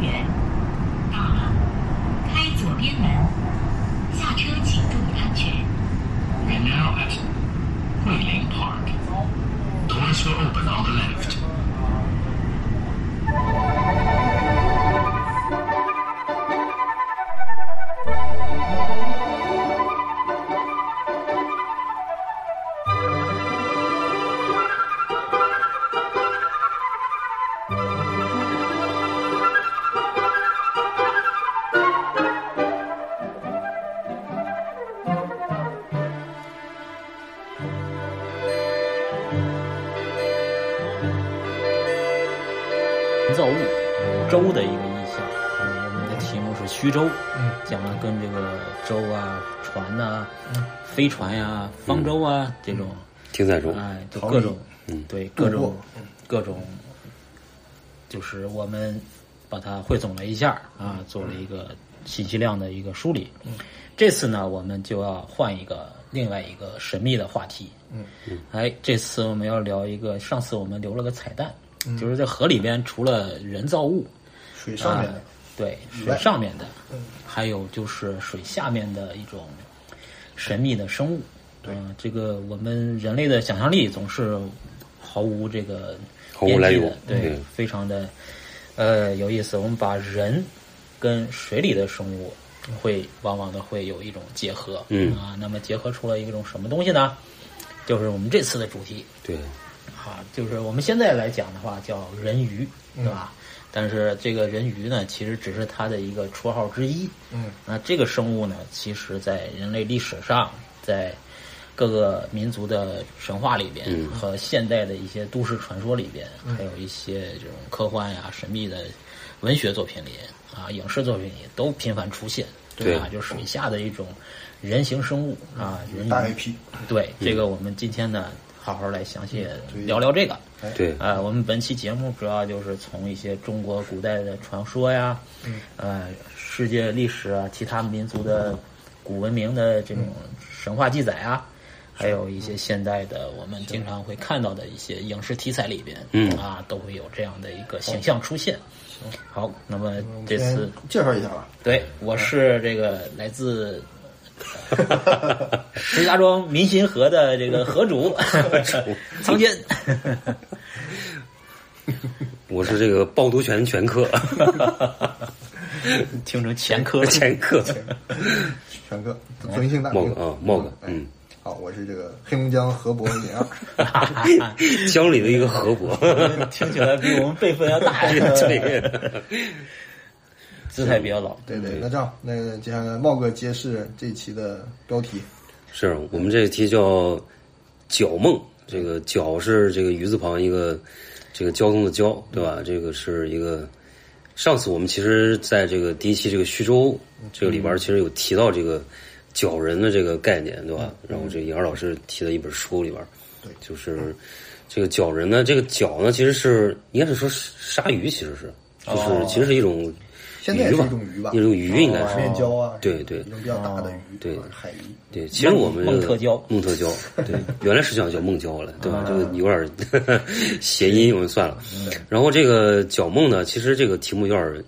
园。到了，开左边门，下车请注意安全。 We are now at Huiling Park. Doors will open on the left. 人造物周的一个意象。嗯我们的题目是虚舟，嗯讲了跟这个舟啊、船呐、嗯飞船呀、方舟啊、这种，听赞助，哎，就逃各离种，嗯对各渡种过各种，就是我们把它汇总了一下啊，做了一个信息量的一个梳理。这次呢，我们就要换一个另外一个神秘的话题。嗯，哎，这次我们要聊一个，上次我们留了个彩蛋，就是在河里边除了人造物，水上面的啊，对，水外上面的嗯，还有就是水下面的一种神秘的生物。对啊这个我们人类的想象力总是毫无这个毫无来边际由的对嗯，非常的呃有意思。我们把人跟水里的生物嗯会往往的会有一种结合，嗯啊，那么结合出了一种什么东西呢？就是我们这次的主题，对，啊，就是我们现在来讲的话叫人鱼，对吧？但是这个人鱼呢，其实只是它的一个绰号之一。嗯，那这个生物呢，其实在人类历史上，在各个民族的神话里边、嗯和现代的一些都市传说里边，还有一些这种科幻呀、神秘的文学作品里啊、影视作品里都频繁出现，对吧？对就水下的一种人形生物啊，人大鱼。 IP，对，这嗯个我们今天呢，好好来详细嗯对哎聊聊这个。对，呃，我们本期节目主要就是从一些中国古代的传说呀，嗯呃，世界历史啊，其他民族的古文明的这种嗯神话记载啊，还有一些现代的我们经常会看到的一些影视题材里边，嗯啊，都会有这样的一个形象出现。好，那么我们这先次介绍一下吧。对我是这个来自。呃石家庄民心河的这个河主苍坚， 我是这个蚌毒拳拳客， 听成前科了前客， 全哥，尊姓大茂名哥啊，茂哥，哎嗯，好，我是这个黑龙江河伯啊林 二，江里的一个河伯， 听起来比我们辈分要大一点，对，姿态比较老。对嗯对，那这样，那个接下来茂哥揭示这一期的标题，是我们这题叫角梦，这个角是这个鱼字旁一个这个交通的交，对吧？这个是一个。上次我们其实在这个第一期这个徐州这个里边，其实有提到这个角人的这个概念，对吧？然后这杨老师提的一本书里边，对就是这个角人呢，这个角呢其实是应该是说鲨鱼，其实是就是其实是一种哦现在也是吧一种鱼吧一种鱼应该是面礁啊，对对一种比较大的鱼，啊对海鱼，对，其实我们这个孟特娇孟特娇，对，原来是叫叫孟娇了，对吧？这个有点儿 谐音，我们算了。然后这个角梦呢，其实这个题目有点儿有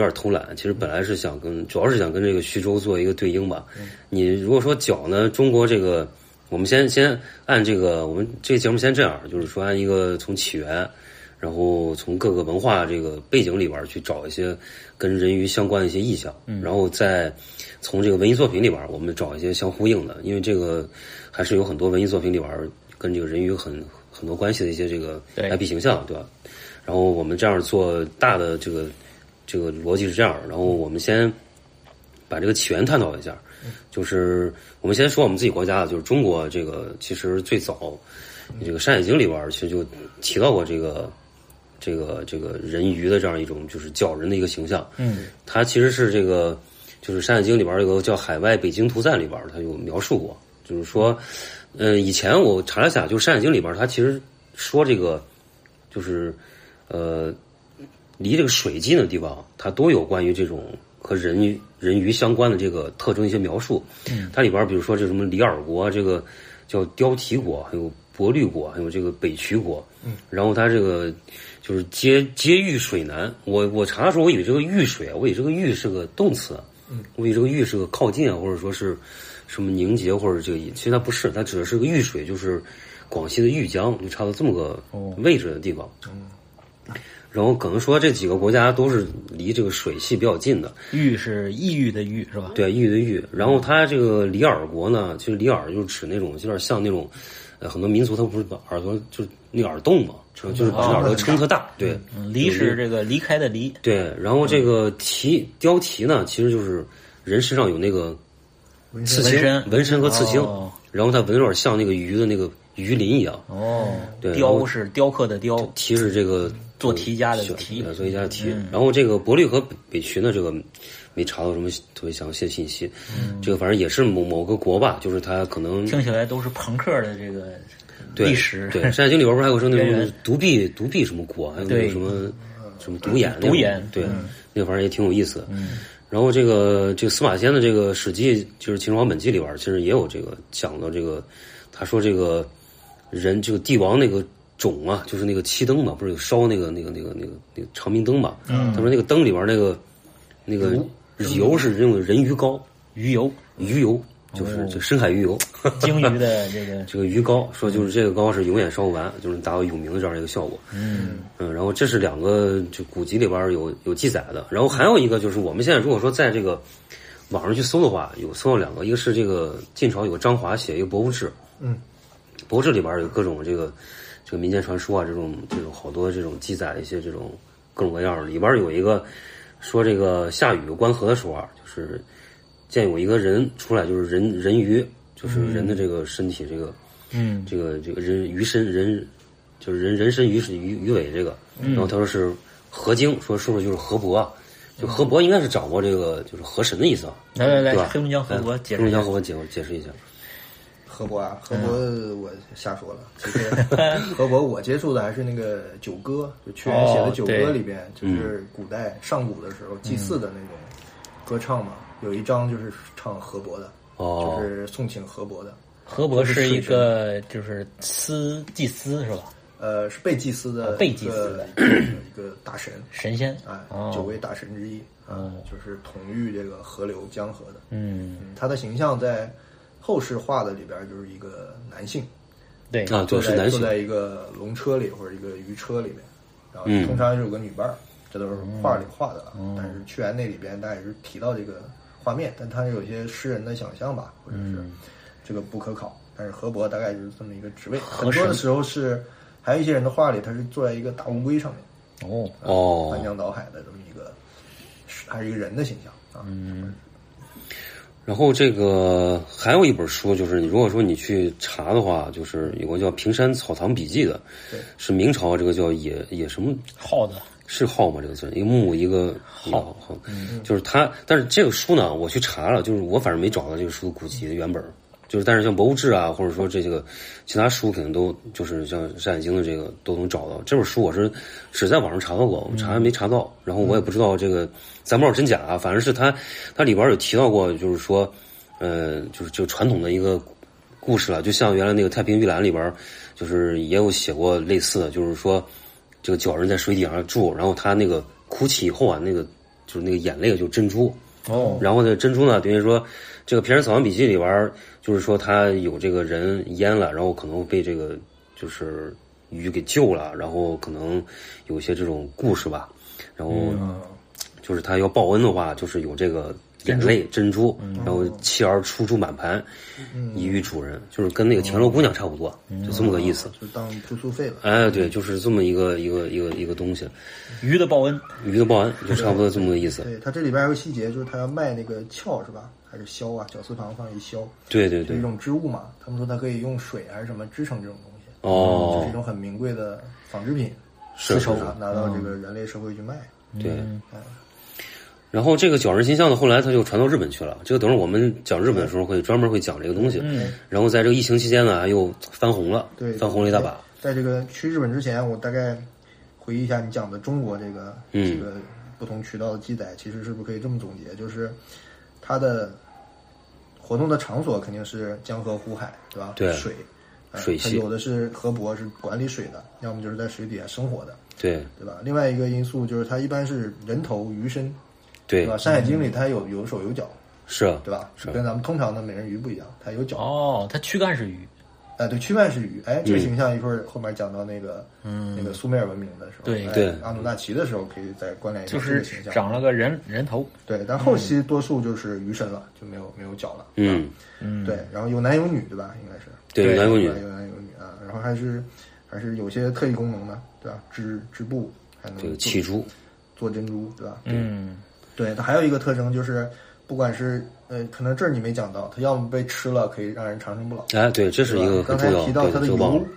点儿偷懒，其实本来是想跟，主要是想跟这个徐州做一个对应吧。你如果说角呢，中国这个，我们先先按这个，我们这个节目先这样，就是说按一个从起源。然后从各个文化这个背景里边儿去找一些跟人鱼相关的一些意象，然后再从这个文艺作品里边儿，我们找一些相呼应的，因为这个还是有很多文艺作品里边儿跟这个人鱼很很多关系的一些这个对 IP 形象，对吧？然后我们这样做大的这个这个逻辑是这样儿，然后我们先把这个起源探讨一下，就是我们先说我们自己国家的，就是中国这个其实最早这个《山海经》里边儿其实就提到过这个这个这个人鱼的这样一种就是角人的一个形象，嗯，它其实是这个就是《山海经》里边儿有个叫《海外北京图赞》里边儿它有描述过，就是说，呃，以前我查了一下，就是《山海经》里边儿它其实说这个就是呃离这个水近的地方，它都有关于这种和人鱼人鱼相关的这个特征一些描述。它里边儿比如说这什么里尔国啊这个叫雕蹄国，还有博绿国，还有这个北衢国，嗯，然后它这个就是接接遇水南。我我查的时候，我以为这个遇水啊，我以为这个遇是个动词，嗯，我以为这个遇是个靠近啊，或者说是什么凝结或者这个，其实它不是，它指的是个遇水，就是广西的豫江，就差到这么个位置的地方。哦然后可能说这几个国家都是离这个水系比较近的，郁是抑郁的郁是吧？对，郁的郁。然后它这个里尔国呢，其实里尔就是指那种有点像那种，呃，很多民族它不是把耳朵就是那个耳洞嘛，就就是把哦耳朵撑特大，对，嗯离是这个离开的离，对。然后这个蹄貂蹄呢，其实就是人身上有那个刺青纹身、纹身和刺青哦，然后它纹有点像那个鱼的那个鱼鳞一样。哦，对然雕后是雕刻的雕，题是这个做题家的题嗯呃做题家的题。然后这个伯利和北北区呢，这个没查到什么特别详细的信息。嗯这个反正也是某某个国吧，就是他可能听起来都是朋克的这个对历史。对《山海经》里边不是还有说那渊种源独臂独臂什么国，还有那对种什么什么独眼那种独眼嗯对，那玩意儿也挺有意思的。然后这个这个司马迁的这个《史记》就是《秦始皇本纪》里边儿，其实也有这个讲到这个，他说这个人这个帝王那个冢啊，就是那个七灯嘛，不是有烧那个那个那个那个那个长明灯嘛？嗯他说那个灯里边儿那个那个油是用人鱼膏鱼油、哦鱼油，就是这深海鱼油。 鲸鱼的这个这个鱼膏，说就是这个膏是永远烧不完，就是达到永明的这样一个效果。嗯然后这是两个就古籍里边儿有有记载的，然后还有一个就是我们现在如果说在这个网上去搜的话，有搜到两个，一个是这个晋朝有个张华写一个《博物志》，嗯， 《博物志》里边儿有各种这个这个民间传说啊，这种这种好多这种记载的一些这种各种各样儿的，里边儿有一个说这个下雨观河的时候啊，就是见有一个人出来，就是人人鱼，就是人的这个身体这个。嗯这个这个人鱼身人，就是人人身鱼是鱼鱼尾这个，嗯然后他说是河精，说是不是就是河伯啊？就河伯应该是掌握这个就是河神的意思啊。来来来对吧黑龙江河伯嗯哎解释黑龙一下江河伯解解释一下。河伯啊，河伯嗯我瞎说了，其实河伯我接触的还是那个九歌，就屈原写的哦九对歌里边，嗯就是古代上古的时候祭祀的那种歌唱嘛，有一章就是唱河伯的，哦就是诵请河伯的，河伯是一个就是司祭司是吧？呃，是被祭祀的被祭祀的一个一个大神，神仙哎，哦九位大神之一，啊，就是统御这个河流江河的。嗯，嗯他的形象在后世画的里边就是一个男性，对啊，对，坐是在男坐性。在一个龙车里或者一个鱼车里面，然后嗯通常有个女伴儿，这都是画里画的了。但是屈原那里边大家也是提到这个画面，但他有一些诗人的想象吧，或者是这个不可考。但是河伯大概就是这么一个职位，很多的时候是还有一些人的画里，他是坐在一个大乌龟上面，哦，哦翻江倒海的这么一个，是还是一个人的形象啊。嗯，然后这个还有一本书，就是你如果说你去查的话，就是有个叫《平山草堂笔记》的，是明朝这个叫野野什么耗子是号吗？这个字，一个木，一个号，号，就是它。但是这个书呢，我去查了，就是我反正没找到这个书的古籍的原本儿。就是，但是像《博物志》啊，或者说这个其他书，肯定都就是像《山海经》的这个都能找到。这本书我是只在网上查到过，我查还没查到，然后我也不知道这个，咱不知道真假啊。反正是它它里边儿有提到过，就是说，呃，就是就传统的一个故事了，就像原来那个《太平御览》里边儿，就是也有写过类似的，就是说这个脚人在水底下住，然后他那个哭泣以后啊，那个就是那个眼泪就是珍珠，哦，然后呢珍珠呢等于说这个《平原死亡笔记》里边儿就是说他有这个人淹了，然后可能被这个就是鱼给救了，然后可能有一些这种故事吧，然后就是他要报恩的话，就是有这个眼泪珍珠，嗯然后妻儿出珠满盘，以与主人，就是跟那个田螺姑娘差不多，嗯就这么个意思。就当住宿费了。哎，对，就是这么一个一个一个一个东西，鱼的报恩，鱼的报恩就差不多这么个意思。对，它这里边还有个细节，就是它要卖那个壳是吧？还是硝啊？绞丝旁放一硝，对对是对一，种织物嘛。他们说它可以用水还是什么织成这种东西，哦就是一种很名贵的纺织品，是是拿是，嗯拿到这个人类社会去卖。对。嗯然后这个绞人形象呢，后来它就传到日本去了。这个等会儿我们讲日本的时候会专门会讲这个东西。嗯。然后在这个疫情期间呢，又翻红了，对，翻红了一大把。在这个去日本之前，我大概回忆一下你讲的中国这个、嗯这个不同渠道的记载，其实是不是可以这么总结？就是它的活动的场所肯定是江河湖海，对吧？对水，哎水它系有的是河伯是管理水的，要么就是在水底下生活的，对对吧？另外一个因素就是它一般是人头鱼身，对对吧？《山海经》里它有有手有脚，是啊对吧？是跟咱们通常的美人鱼不一样，它有脚。哦，它躯干是鱼，哎，对，躯干是鱼。哎，这个形象一会儿后面讲到那个，嗯，那个苏美尔文明的时候，对哎对阿努纳奇的时候可以再关联一下就这个是形象。长了个人人头，对，但后期多数就是鱼身了，就没有没有脚了。嗯对，然后有男有女，对吧？应该是对有男有女对有男有女啊。然后还是还是有些特异功能的，对吧？织织布还能这个做气珠做珍珠，对吧？嗯，对，它还有一个特征就是，不管是呃，可能这儿你没讲到，它要么被吃了可以让人长生不老，哎对这是一个很刚才重要提到对它的这个忘油嗯了，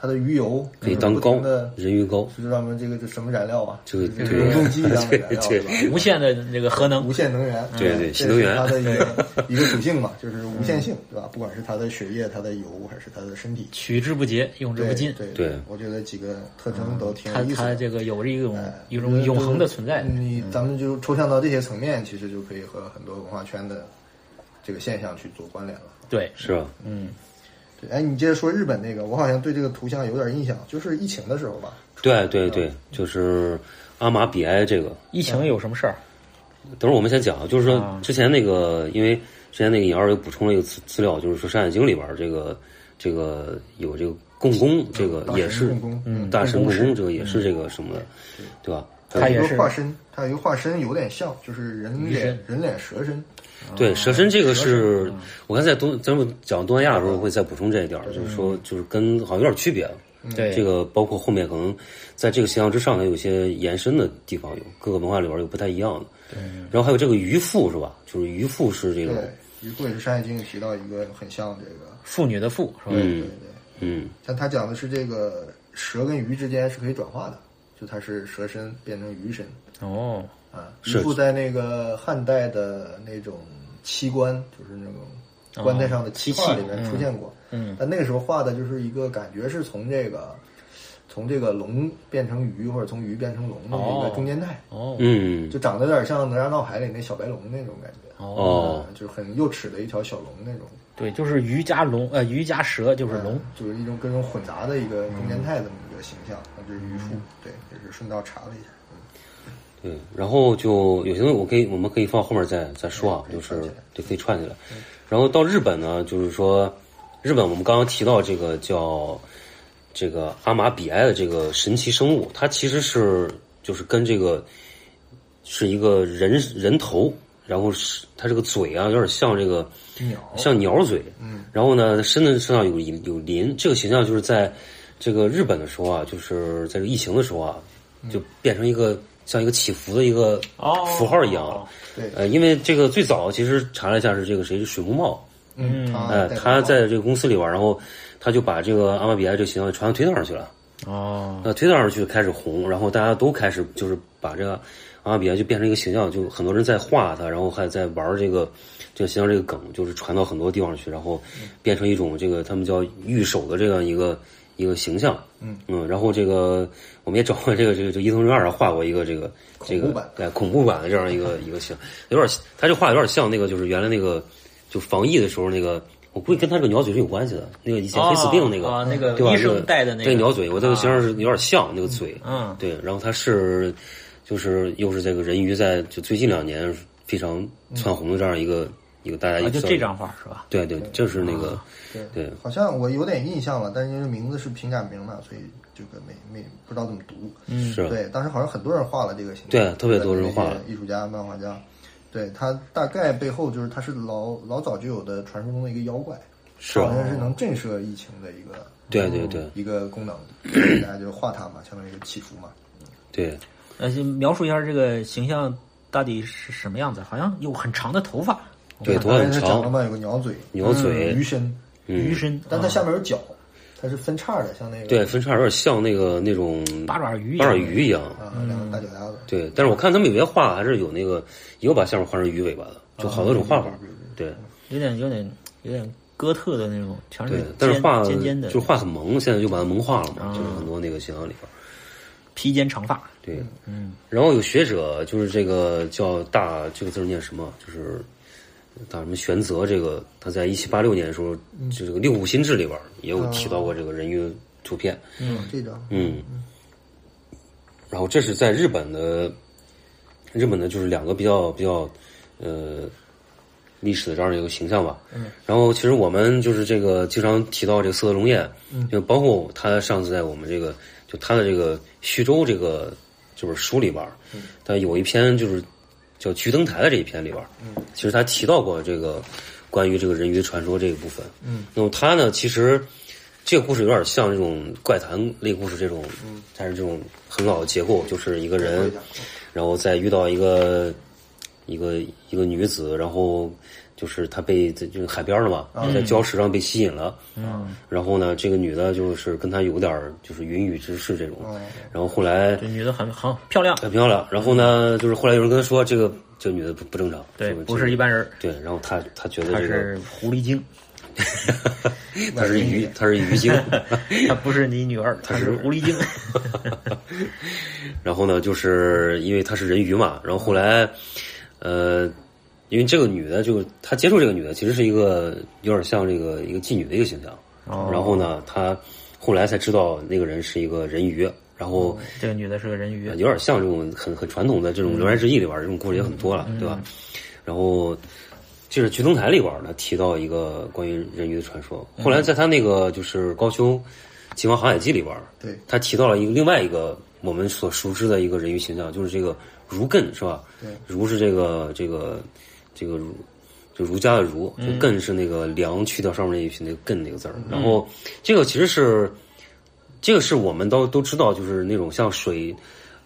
它的鱼油可以当膏的，人鱼膏就是咱们这个这什么燃料啊？这个就这是永动个机一样的燃料，对对吧？无限的那个核能无，限能源，对对这新能源嗯是它的一个 一个属性嘛，就是无限性，对吧？不管是它的血液、它的油，还是它的身体，取之不竭，用之对不尽。对对我觉得几个特征都挺它有意思它的。这个有着一种哎一种永恒的存在我觉得。你咱们就抽象到这些层面，其实就可以和很多文化圈的这个现象去做关联了。对，是吧？嗯对，哎，你接着说日本那个，我好像对这个图像有点印象，就是疫情的时候吧。对对对，就是阿玛比埃这个，疫情有什么事儿？等会儿我们先讲，就是说啊之前那个，因为之前那个尹二又补充了一个资资料，就是说《山海经》里边儿这个这个有这个共工，这个大也神是共工嗯大神共共工，这个也是这个什么的，对吧？他也嗯有一是个化身，它有一个化身有点像，就是人鱼脸身人脸蛇身。对，蛇身这个是，嗯我看在东咱们讲东南亚的时候会再补充这一点儿，就是嗯说就是跟好像有点区别。对，这个包括后面可能在这个现象之上，它有些延伸的地方有，各个文化里边儿有不太一样的。然后还有这个渔父是吧？就是渔父是这种，对，一个也是《山海经》里提到一个很像这个，妇女的妇是吧？嗯对对，嗯，像他讲的是这个蛇跟鱼之间是可以转化的，就它是蛇身变成鱼身。哦，啊，是一部在那个汉代的那种漆棺，就是那种棺材上的漆画里面出现过。嗯，但那个时候画的就是一个感觉是从这个从这个龙变成鱼，或者从鱼变成龙的一哦个中间态，哦，嗯就长得有点像《哪吒闹海》里那小白龙那种感觉。哦啊，就是很幼齿的一条小龙那种，对，就是鱼加龙，呃，鱼加蛇就是龙嗯。就是一种各种混杂的一个中间态这么一个形象，那就是鱼腹。对，也是顺道查了一下。对，嗯然后就有些东西我可以，我们可以放后面再再说啊，就是对，可以串起来。嗯然后到日本呢，就是说日本我们刚刚提到这个叫这个阿玛比埃的这个神奇生物，它其实是就是跟这个是一个人人头，然后是它这个嘴啊，有点像这个鸟像鸟嘴，嗯，然后呢，身子身上有有鳞，这个形象就是在这个日本的时候啊，就是在这个疫情的时候啊，就变成一个像一个起伏的一个哦符号一样了。对呃，因为这个最早其实查了一下是这个谁是水木茂，嗯，呃，带着他猫在这个公司里边儿，然后他就把这个阿玛比埃这个形象传到推特上去了。嗯哦，呃那推特上去开始红，然后大家都开始就是把这个阿比啊就变成一个形象，就很多人在画它，然后还在玩这个这个形象这个梗，就是传到很多地方去，然后变成一种这个他们叫御守的这样一个一个形象。嗯然后这个我们也找过这个这个这个伊藤润二画过一个这个这恐怖版个哎恐怖版的这样一个一个形，有点他这画有点像那个就是原来那个就防疫的时候那个。我估计跟他这个鸟嘴是有关系的，那个以前黑死病那个，啊那个对吧？医生戴的那那个个鸟嘴，我这个形象是有点像那个嘴，嗯对。然后它是，就是又是这个人鱼在就最近两年非常窜红的这样一个、一个大家哎啊一就算这张啊画是吧？对对，这是那个、对好像我有点印象了，但是因为名字是平假名嘛，所以这个没没不知道怎么读。嗯，是对，当时好像很多人画了这个形象，对特别多人画了艺术家、漫画家。对他大概背后就是他是老老早就有的传说中的一个妖怪，是好像是能震慑疫情的一个对对对一个功能，大家就画它嘛，相当于一个祈福嘛。对，呃，就描述一下这个形象到底是什么样子？好像有很长的头发，对头发刚才很他讲了长，嘛，有个鸟嘴、嗯鸟嘴鱼身，嗯鱼身，但它啊下面有角，它是分叉的，像那个对分叉有点像那个那种八爪鱼一八样爪鱼一样，啊，两个大脚丫子。对。但是我看他们有些画还是有那个也有把下面画成鱼尾巴的，就好多种画法，啊对。有点有点有点哥特的那种，全是对尖，但是画尖尖的，啊就是画很萌，现在就把它萌化了嘛，就是很多那个形象里边。披肩长发，对，嗯。然后有学者就是这个叫大这个字儿念什么？就是大什么玄泽这个，他在一七八六年的时候，就这个《六部心志》里边儿也有提到过这个人鱼图片。嗯，这张嗯，然后这是在日本的，日本的就是两个比较比较呃历史的这样的一个形象吧。嗯，然后其实我们就是这个经常提到这个色泽龙彦，嗯，就包括他上次在我们这个就他的这个续州这个就是书里边儿，他有一篇就是叫《菊灯台》的这一篇里边儿，嗯，其实他提到过这个关于这个人鱼传说这一部分。嗯，那么他呢，其实。这个故事有点像这种怪谈类故事这种，但是这种很老的结构，就是一个人，然后再遇到一个一个一个女子，然后就是她被在就是海边了嘛，在礁石上被吸引了，然后呢，这个女的就是跟他有点儿就是云雨之事这种，然后后来这女的很很漂亮，很漂亮，然后呢，就是后来有人跟他说这个这个女的不不正常，对这，个不是一般人，对，然后他他觉得她这个是狐狸精，他是鱼他是 鱼精。她不是你女 儿，她是狐狸精。 然后呢，就是因为她是人鱼嘛，然后后来，呃，因为这个女的就她接触这个女的，其实是一个有点像这个一个妓女的一个形象。哦然后呢，她后来才知道那个人是一个人鱼，然后这个女的是个人鱼，呃有点像这种很很传统的这种《聊斋志异》里边儿这种故事也很多了，对吧？然后就是《菊灯台》里边儿呢提到一个关于人鱼的传说，后来在他那个就是高修《秦王航海记》里边儿，对他提到了一个另外一个我们所熟知的一个人鱼形象，就是这个儒艮，是吧？对儒是这个这个这个儒。就儒家的儒，就艮是那个梁去掉上面那一撇那个艮那个字儿，然后这个其实是这个是我们都都知道，就是那种像水，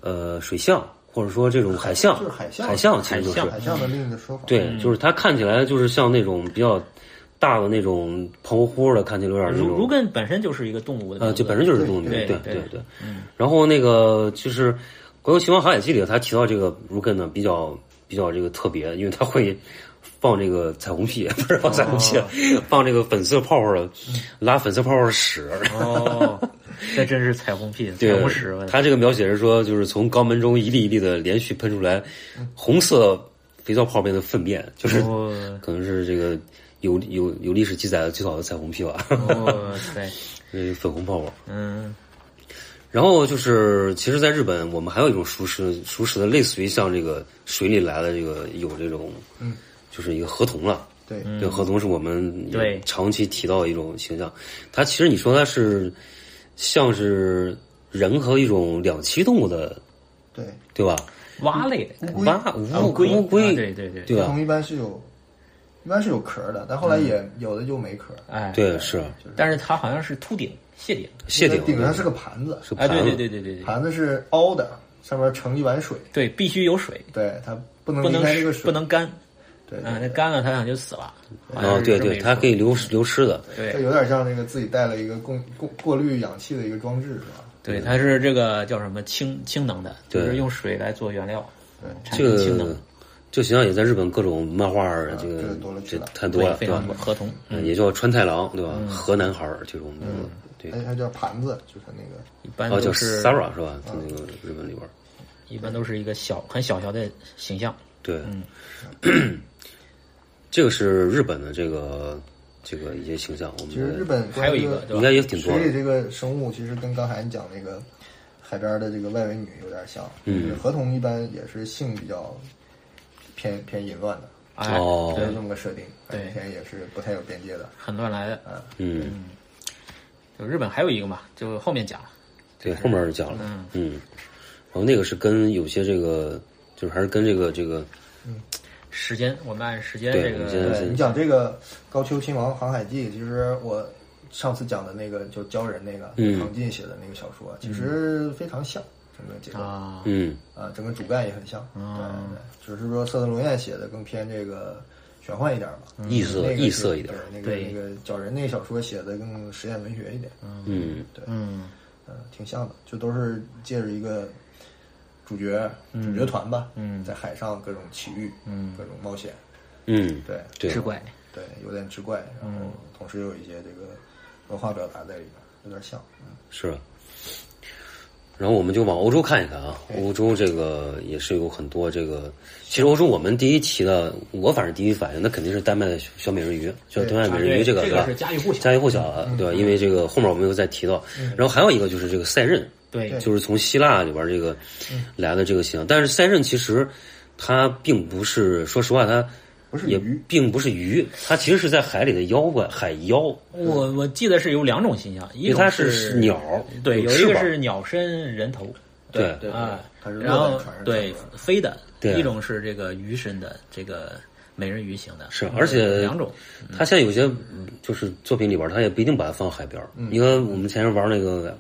呃，水象或者说这种海象，就是海象其实就哦海象是海象的另一个说法，对，就是它看起来就是像那种比较大的那种胖乎乎的，看起来有点那如种如根本身就是一个动物的名字，呃，哦就本身就是动物名，对对对嗯对。然后那个就是《国有秦王航海记》里，他提到这个如根呢，比较比较这个特别，因为他会放这个彩虹屁，不是放彩虹屁， 放这个粉色泡泡的，拉粉色泡泡的屎。嗯哦，这真是彩虹屁，彩 对虹屎，我的他这个描写是说，就是从肛门中一粒一粒的连续喷出来红色肥皂泡面的粪便，就是嗯哦可能是这个有有有历史记载的最早的彩虹屁吧， 哦，对，这个粉红泡泡。嗯然后就是，其实，在日本，我们还有一种熟食，熟食的类似于像这个水里来的这个有这种，嗯，就是一个河童了。对，嗯这个河童是我们对长期提到的一种形象。它其实你说它是像是人和一种两栖动物的，对，对吧？蛙类 的，蛙、乌啊乌龟，对对对，啊嗯对不吧同？一般是有，一般是有壳儿的，但后来也有的就没壳儿，哎，对，是但是它好像是秃顶、蟹顶，蟹那顶，顶上是个盘子，是哎，盘对对子，对对对对盘子是凹的，上面盛一碗水，对，必须有水，对，它不能不离能开这个水，不能干，对，啊，对那干了它好像就死了，好像啊，是对这么对，一它说可以流失流失的，这对有点像那个自己带了一个过过过滤氧气的一个装置，是吧？对，它是这个叫什么氢氢能的，就对是用水来做原料，产这生氢能个，这形象也在日本各种漫画儿啊这这个个多了去这了太多对，了，非对常吧多？合同，嗯，也叫川太郎，对吧？河南孩儿这种名字，对它，它叫盘子，哎就是那个一般然哦后叫都是 Sara 是吧？在那个日本里边儿，一般都是一个小很小小的形象，对， 这个是日本的这个这个一些形象，我其实日们本还有一个关于这应该也挺多水里的，这个生物其实跟刚才你讲那个海边的这个外围女有点像，嗯，河童一般也是性比较偏偏淫乱的，哎，哦就对是这么个设定，对而且也是不太有边界的，很乱来的。呃嗯，就日本还有一个嘛，就后面讲了。对，后面儿讲了，嗯，然后那个是跟有些这个就是还是跟这个这个时间，我们按时间这对我们现个在对你讲这个高丘亲王航海记，其实我上次讲的那个就鲛人那个嗯唐进写的那个小说，其实非常像整个结构啊，嗯啊，整个主干也很像，对对，只是说色泽龙彦写的更偏这个玄幻一点吧，异色那个是异色一点儿，对那个对那个角人那个小说写的更实验文学一点，嗯、嗯嗯，挺像的，就都是借着一个主角、主角团吧，嗯，在海上各种奇遇，嗯，各种冒险，嗯，对对志，怪，对，有点志怪，然后同时又有一些这个文化表达在里边，有点像，嗯是。然后我们就往欧洲看一看啊，欧洲这个也是有很多这个。其实欧洲我们第一提的，我反正第一反应那肯定是丹麦的小美人鱼，就丹麦美人鱼这个对个吧是？家喻户晓。家喻户晓了，对吧？因为这个后面我们又再提到。然后还有一个就是这个赛壬，对，就是从希腊里边这个来的这个形象。但是赛壬其实它并不是，说实话，它不是也鱼，并不是鱼，它其实是在海里的妖怪，海妖，我我记得是有两种形象，一因为种它是鸟，对，有一翅个膀，是鸟身人头，对对啊，它是然落后在船上对的飞的，对一种是这个鱼身的这个美人鱼型的，是而且两种，它现在有些嗯就是作品里边，它也不一定把它放海边儿。嗯你看我们前面玩那个，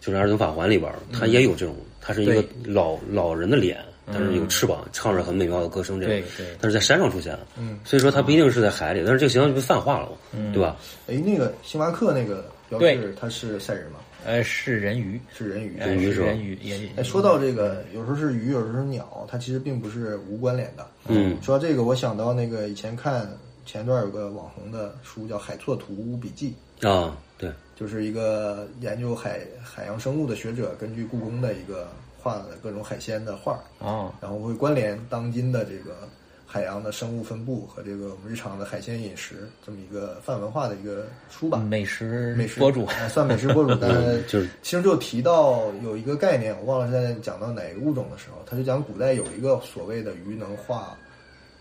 就是《二等法环》里边，它也有这种，它是一个嗯对嗯老老人的脸，但是有翅膀，唱着很美妙的歌声，这对样对。嗯哦但是在山上出现了，所以说它不一定是在海里，但是这个形象就被泛化了嘛，对吧？哎，那个星巴克那个标对志，它是赛人吗？呃，是人鱼，是人鱼。呃鱼是是吧人鱼也哎，说到这个，有时候是鱼，有时候是鸟，它其实并不是无关联的。嗯说到这个，我想到那个以前看前段有个网红的书叫《海错图笔记》，啊，对，就是一个研究海海洋生物的学者，根据故宫的一个画的各种海鲜的画儿，哦，然后会关联当今的这个海洋的生物分布和这个我们日常的海鲜饮食这么一个泛文化的一个书吧。美食美食博主，哎算美食博主，但是就是其中就提到有一个概念，我忘了在讲到哪个物种的时候，他就讲古代有一个所谓的鱼能化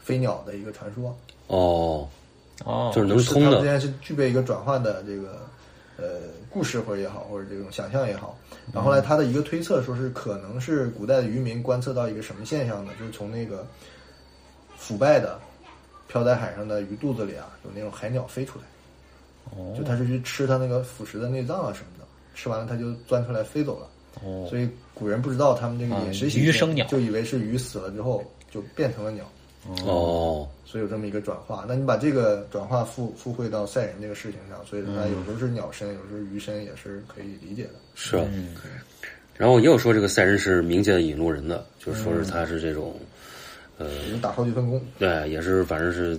飞鸟的一个传说，哦，哦，就是能是通它们的之，间是具备一个转换的这个呃故事或者也好，或者这种想象也好。然后嗯后来他的一个推测说是可能是古代的渔民观测到一个什么现象呢？就是从那个腐败的漂在海上的鱼肚子里啊，有那种海鸟飞出来。哦就它是去吃它那个腐蚀的内脏啊什么的，吃完了它就钻出来飞走了。哦所以古人不知道他们这个啊饮食习鱼性，生鸟就以为是鱼死了之后就变成了鸟，哦，所以有这么一个转化。那你把这个转化附附会到赛人这个事情上，所以它有时候是鸟身，有时候鱼身也是可以理解的。是啊。嗯然后也有说这个赛人是冥界引路人的，就嗯是说是他是这种，我们打好几份工。对，也是反正是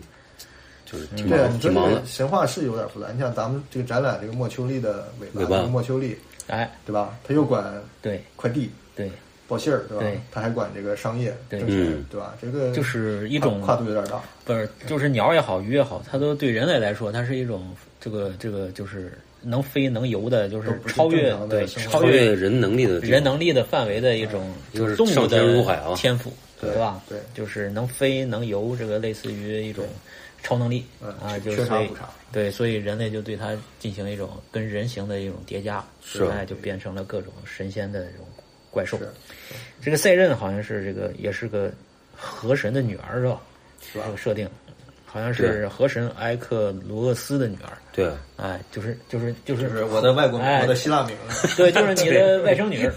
就是嗯挺对啊，忙你说挺这忙的个，神话是有点复杂。你像咱们这个展览，这个莫秋丽的尾巴，尾巴这个莫秋丽，哎，对吧？他又管对快递、对，报信儿，对吧对？他还管这个商业、对挣钱嗯，对吧？这个就是一种跨跨度有点大。不是，就是鸟也好，鱼也好，它都对人类来说，它是一种这个这个就是能飞能游的，就是都不是超越正常的对生活超超越越人能力的地方人能力的范围的一种就是动物上天入海的啊天赋，对吧？对就是能飞能游，这个类似于一种超能力嗯啊，就缺是啥所以补啥对，所以人类就对它进行一种跟人形的一种叠加，是哎，就变成了各种神仙的这种怪兽是。这个赛壬好像是这个也是个河神的女儿是吧？是吧？这个设定好像是对河神埃克罗厄斯的女儿，对啊，哎，就是就是就是就是我的外国名，哎我的希腊名， 对， 就是你的外甥女儿，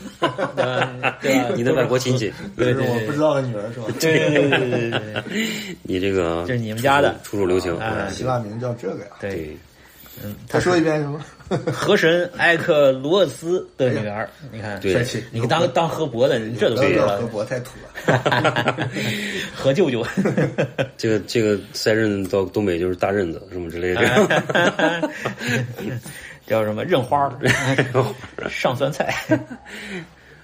呃对吧？你的外国亲戚，就是我不知道的女儿是吧？对对对对对对你这个就是你们家的出处流行，哎 希腊名叫这个呀？对，对，他说一遍什么？河神埃克罗厄斯的女儿，你看， 对是你当当河伯的， 你这都不要知道叫河了，伯太土了。河舅舅，这个这个赛壬到东北就是大壬子什 么之类的，叫什么任花儿，上酸菜，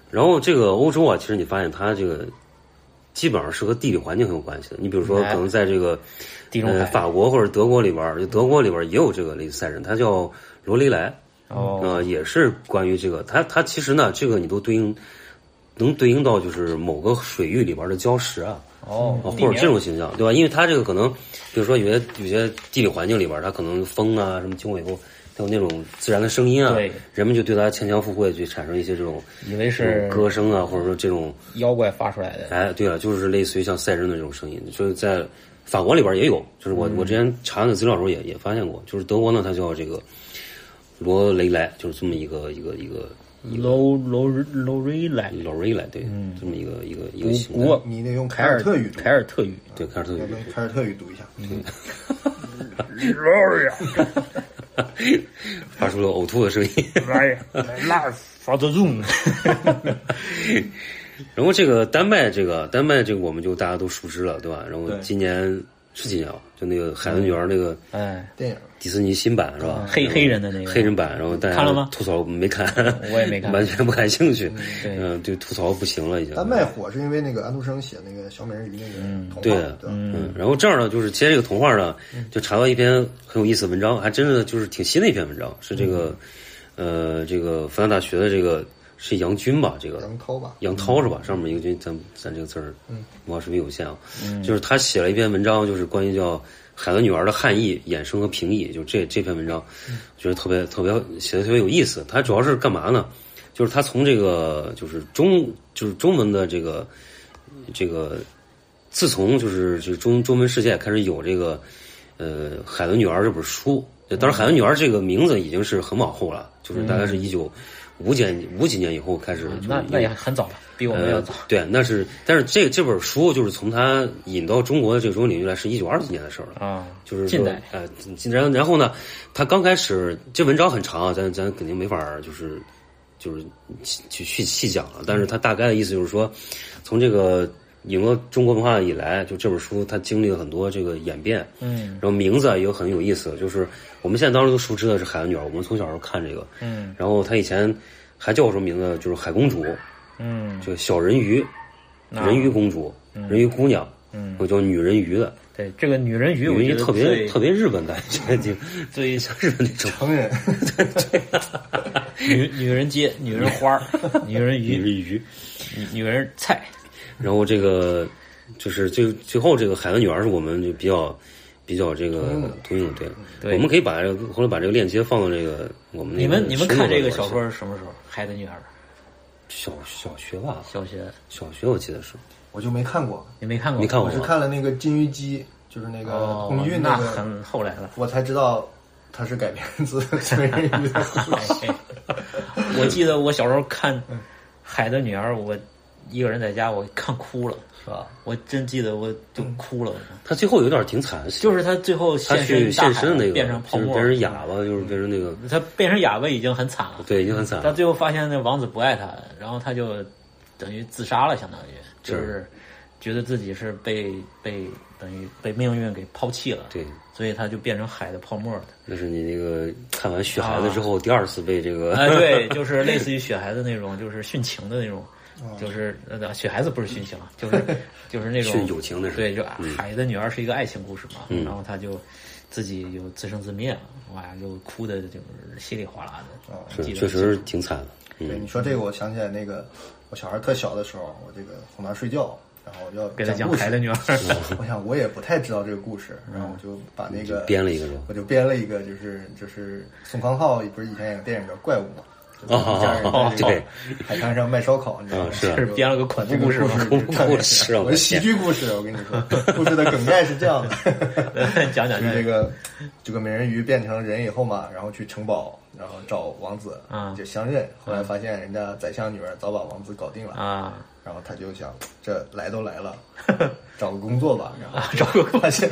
然后这个欧洲啊，其实你发现它这个基本上是和地理环境很有关系的。你比如说，哎可能在这个地中呃海法国或者德国里边儿，就德国里边儿也有这个类似赛人，它叫罗雷莱，哦，呃，也是关于这个。它它其实呢，这个你都对应能对应到就是某个水域里边儿的礁石啊。哦啊，，地或者名这种形象，对吧？因为它这个可能，比如说有些有些地理环境里边儿，它可能风啊什么经过以后，它有那种自然的声音啊对，人们就对它牵强附会，就产生一些这种以为这种是歌声啊，或者说这种，妖怪发出来的，哎，对了，就是类似于像赛人的这种声音，就是在法国里边儿也有，就是嗯我、我之前查的资料的时候也也发现过，就是德国呢，它叫这个罗雷莱，就是这么一个一个一个楼楼楼瑞莱，老瑞莱，对，这么一个一个一个嗯古形古态，沃你得用凯凯尔尔特语读，凯尔特语，对，凯尔特语要不。然凯尔特语读一下。 发出了呕吐的声音。哎然后这个丹麦，这个丹麦，这个我们就大家都熟知了，对吧？然后今年是今年吧？就那嗯个《海文园》那个 哎，电影迪士尼新版是嗯吧？黑黑人的那个黑人版，然后大家看了吗吐槽没看，我也没看 完全不感兴趣。对嗯，对吐槽不行了已经。丹麦火是因为那个安徒生写那个小美人鱼那个童话，对对吧？嗯，然后这样呢，就是接这个童话呢，嗯就查到一篇很有意思的文章，还真是就是挺新的一篇文章，是这个，嗯呃，这个复旦大学的这个是杨军吧，这个杨涛吧，杨涛是嗯吧？上面一个军，咱咱这个字儿，文化水平有限啊。嗯就是他写了一篇文章，就是关于叫《海伦女儿的汉译、衍生和平译》，就这这篇文章，嗯我觉得特别特别写的特别有意思。他主要是干嘛呢？就是他从这个就是中就是中文的这个这个，自从就是就是中中文世界开始有这个呃《海伦女儿》这本书，当然《海伦女儿》这个名字已经是很往后了，就是大概是一九。五几年五几年以后开始，就是嗯那有那也很早了，比我们要呃早。，对，那是，但是这这本书就是从他引到中国的这个中文领域来，是一九二几年的事儿了。啊，就是近说代，呃，近然然后呢，他刚开始这文章很长啊，咱咱肯定没法儿就是就是去去细细讲了，但是他大概的意思就是说，从这个引入中国文化以来，就这本书它经历了很多这个演变，嗯然后名字啊也很有意思，就是我们现在当时都熟知的是《海湾女儿》，我们从小时候看这个，嗯然后他以前还叫什么名字，就是《海公主》，嗯，这个小人鱼，人鱼公主、人鱼姑娘，啊嗯我叫女人鱼的，对，这个女人鱼，女我人觉鱼得特别最特别日本感觉，就最像日本 那种成人 女女人街、女人花 儿、女人女鱼、人鱼。女女人菜，然后这个就是最最后这个海湾女儿是我们就比较比较这个通用的对，嗯对我们可以把这个后来把这个链接放到这个我们那你个们你们生看活这个里边小去说是什么时候？《海的女儿》小小学吧，小学小学我记得是我就没看过，你没看过？没看过我是看了那个金鱼姬，就是那个哦，龚俊那个，很后来 了。我才知道它是改编自小美人鱼的书。哎 我记得我小时候看《海的女儿》，我一个人在家，我看哭了，是吧？我真记得我就哭了。他最后有点挺惨，就是是他最后他现去身大现海身的那个变成泡就是沫，嗯变成哑巴，就是变成那个他变成哑巴已经很惨了。对已经很惨了他。最后发现那王子不爱他，然后他就等于自杀了，相当于就是觉得自己是被被等于被命运给抛弃了，对，所以他就变成海的泡沫了。那是你那个看完《雪孩子》之后，第二次被这个、哎， 对，就是类似于雪孩子那种，就是殉情的那种，就是呃，雪孩子不是殉情啊，就是就是那种殉友情那是对，就海的女儿是一个爱情故事嘛，嗯然后他就自己又自生自灭了，哇，就哭的就是稀里哗啦的，是记得确实挺惨的。对，嗯，你说这个，我想起来那个，我小孩特小的时候，我这个哄他睡觉，然后要给他讲故事海的女儿，嗯我想我也不太知道这个故事，然后我就把那个编了一个是吧我就编了一个，就是就是宋康昊不是以前有个电影叫《怪物》嘛，就是一家人哦在这对个海滩上卖烧烤，你知道吗？嗯是啊是编了个恐怖这个故事吗？恐怖故事啊我是喜剧故事，我跟你说，故事的梗概是这样的， 讲讲就是这个这个美人鱼变成人以后嘛，然后去城堡，然后找王子嗯就相认，后来发现人家宰相女儿早把王子搞定了，啊，然后他就想，这来都 来了，找个工作吧，然后啊找个发现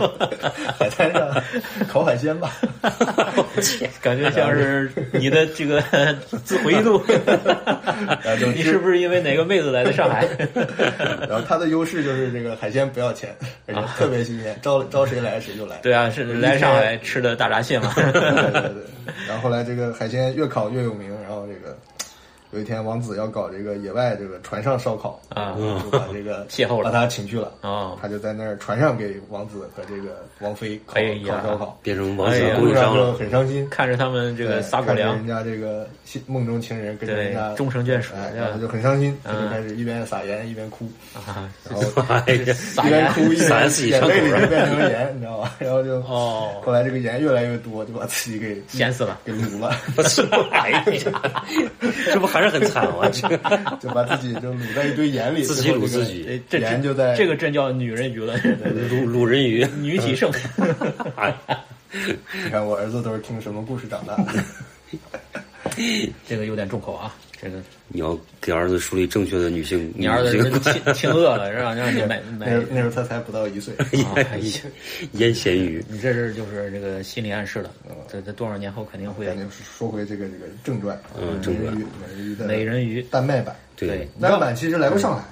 海滩上烤海鲜吧， 感觉像是你的这个 啊自回忆录，你是不是因为哪个妹子来的上海？然后它的优势就是这个海鲜不要钱，而且特别新鲜，招招谁来谁就来。 对啊，是来上海吃的大闸蟹 嘛。 对对对。然后后来这个海鲜越烤越有名，然后这个有一天王子要搞这个野外这个船上烧烤啊就把这个 邂逅了把他请去了哦他就在那儿船上给王子和这个王妃烤哎呀烤烧烤，变成王子哎呀供路应商上就了。很伤心，看着他们这个对撒狗粮看着人，家这个新梦中情人跟着对人家终成眷属哎对吧然后就很伤心，他就嗯开始一边撒盐一边哭，啊，然后 哎呀，撒一边哭盐一撒在边自己眼伤口泪里就上变成盐，你知道吧？然后就哦后来这个盐越来越多，就把自己给 咸死了给卤了， 我操！哎呀，这不还是很惨吗？ 这个就把自己就卤在一堆盐里，自己最后卤这自个己 这这盐就在这个真叫女人鱼了，鲁鲁人鱼， 女体盛。哎呀你看我儿子都是听什么故事长大 的，这个有点重口啊，这个你要给儿子树立正确的女性你儿子女性真 亲亲饿了，让让你 买 那买时候。那时候他才不 到一岁， 啊哎呀腌咸鱼。你这是就是这个心理暗示了，这这多少年后肯定会咱就说回这个这个正传，啊嗯美人鱼美人鱼的美人鱼丹麦版，对，丹麦版其实来过上海，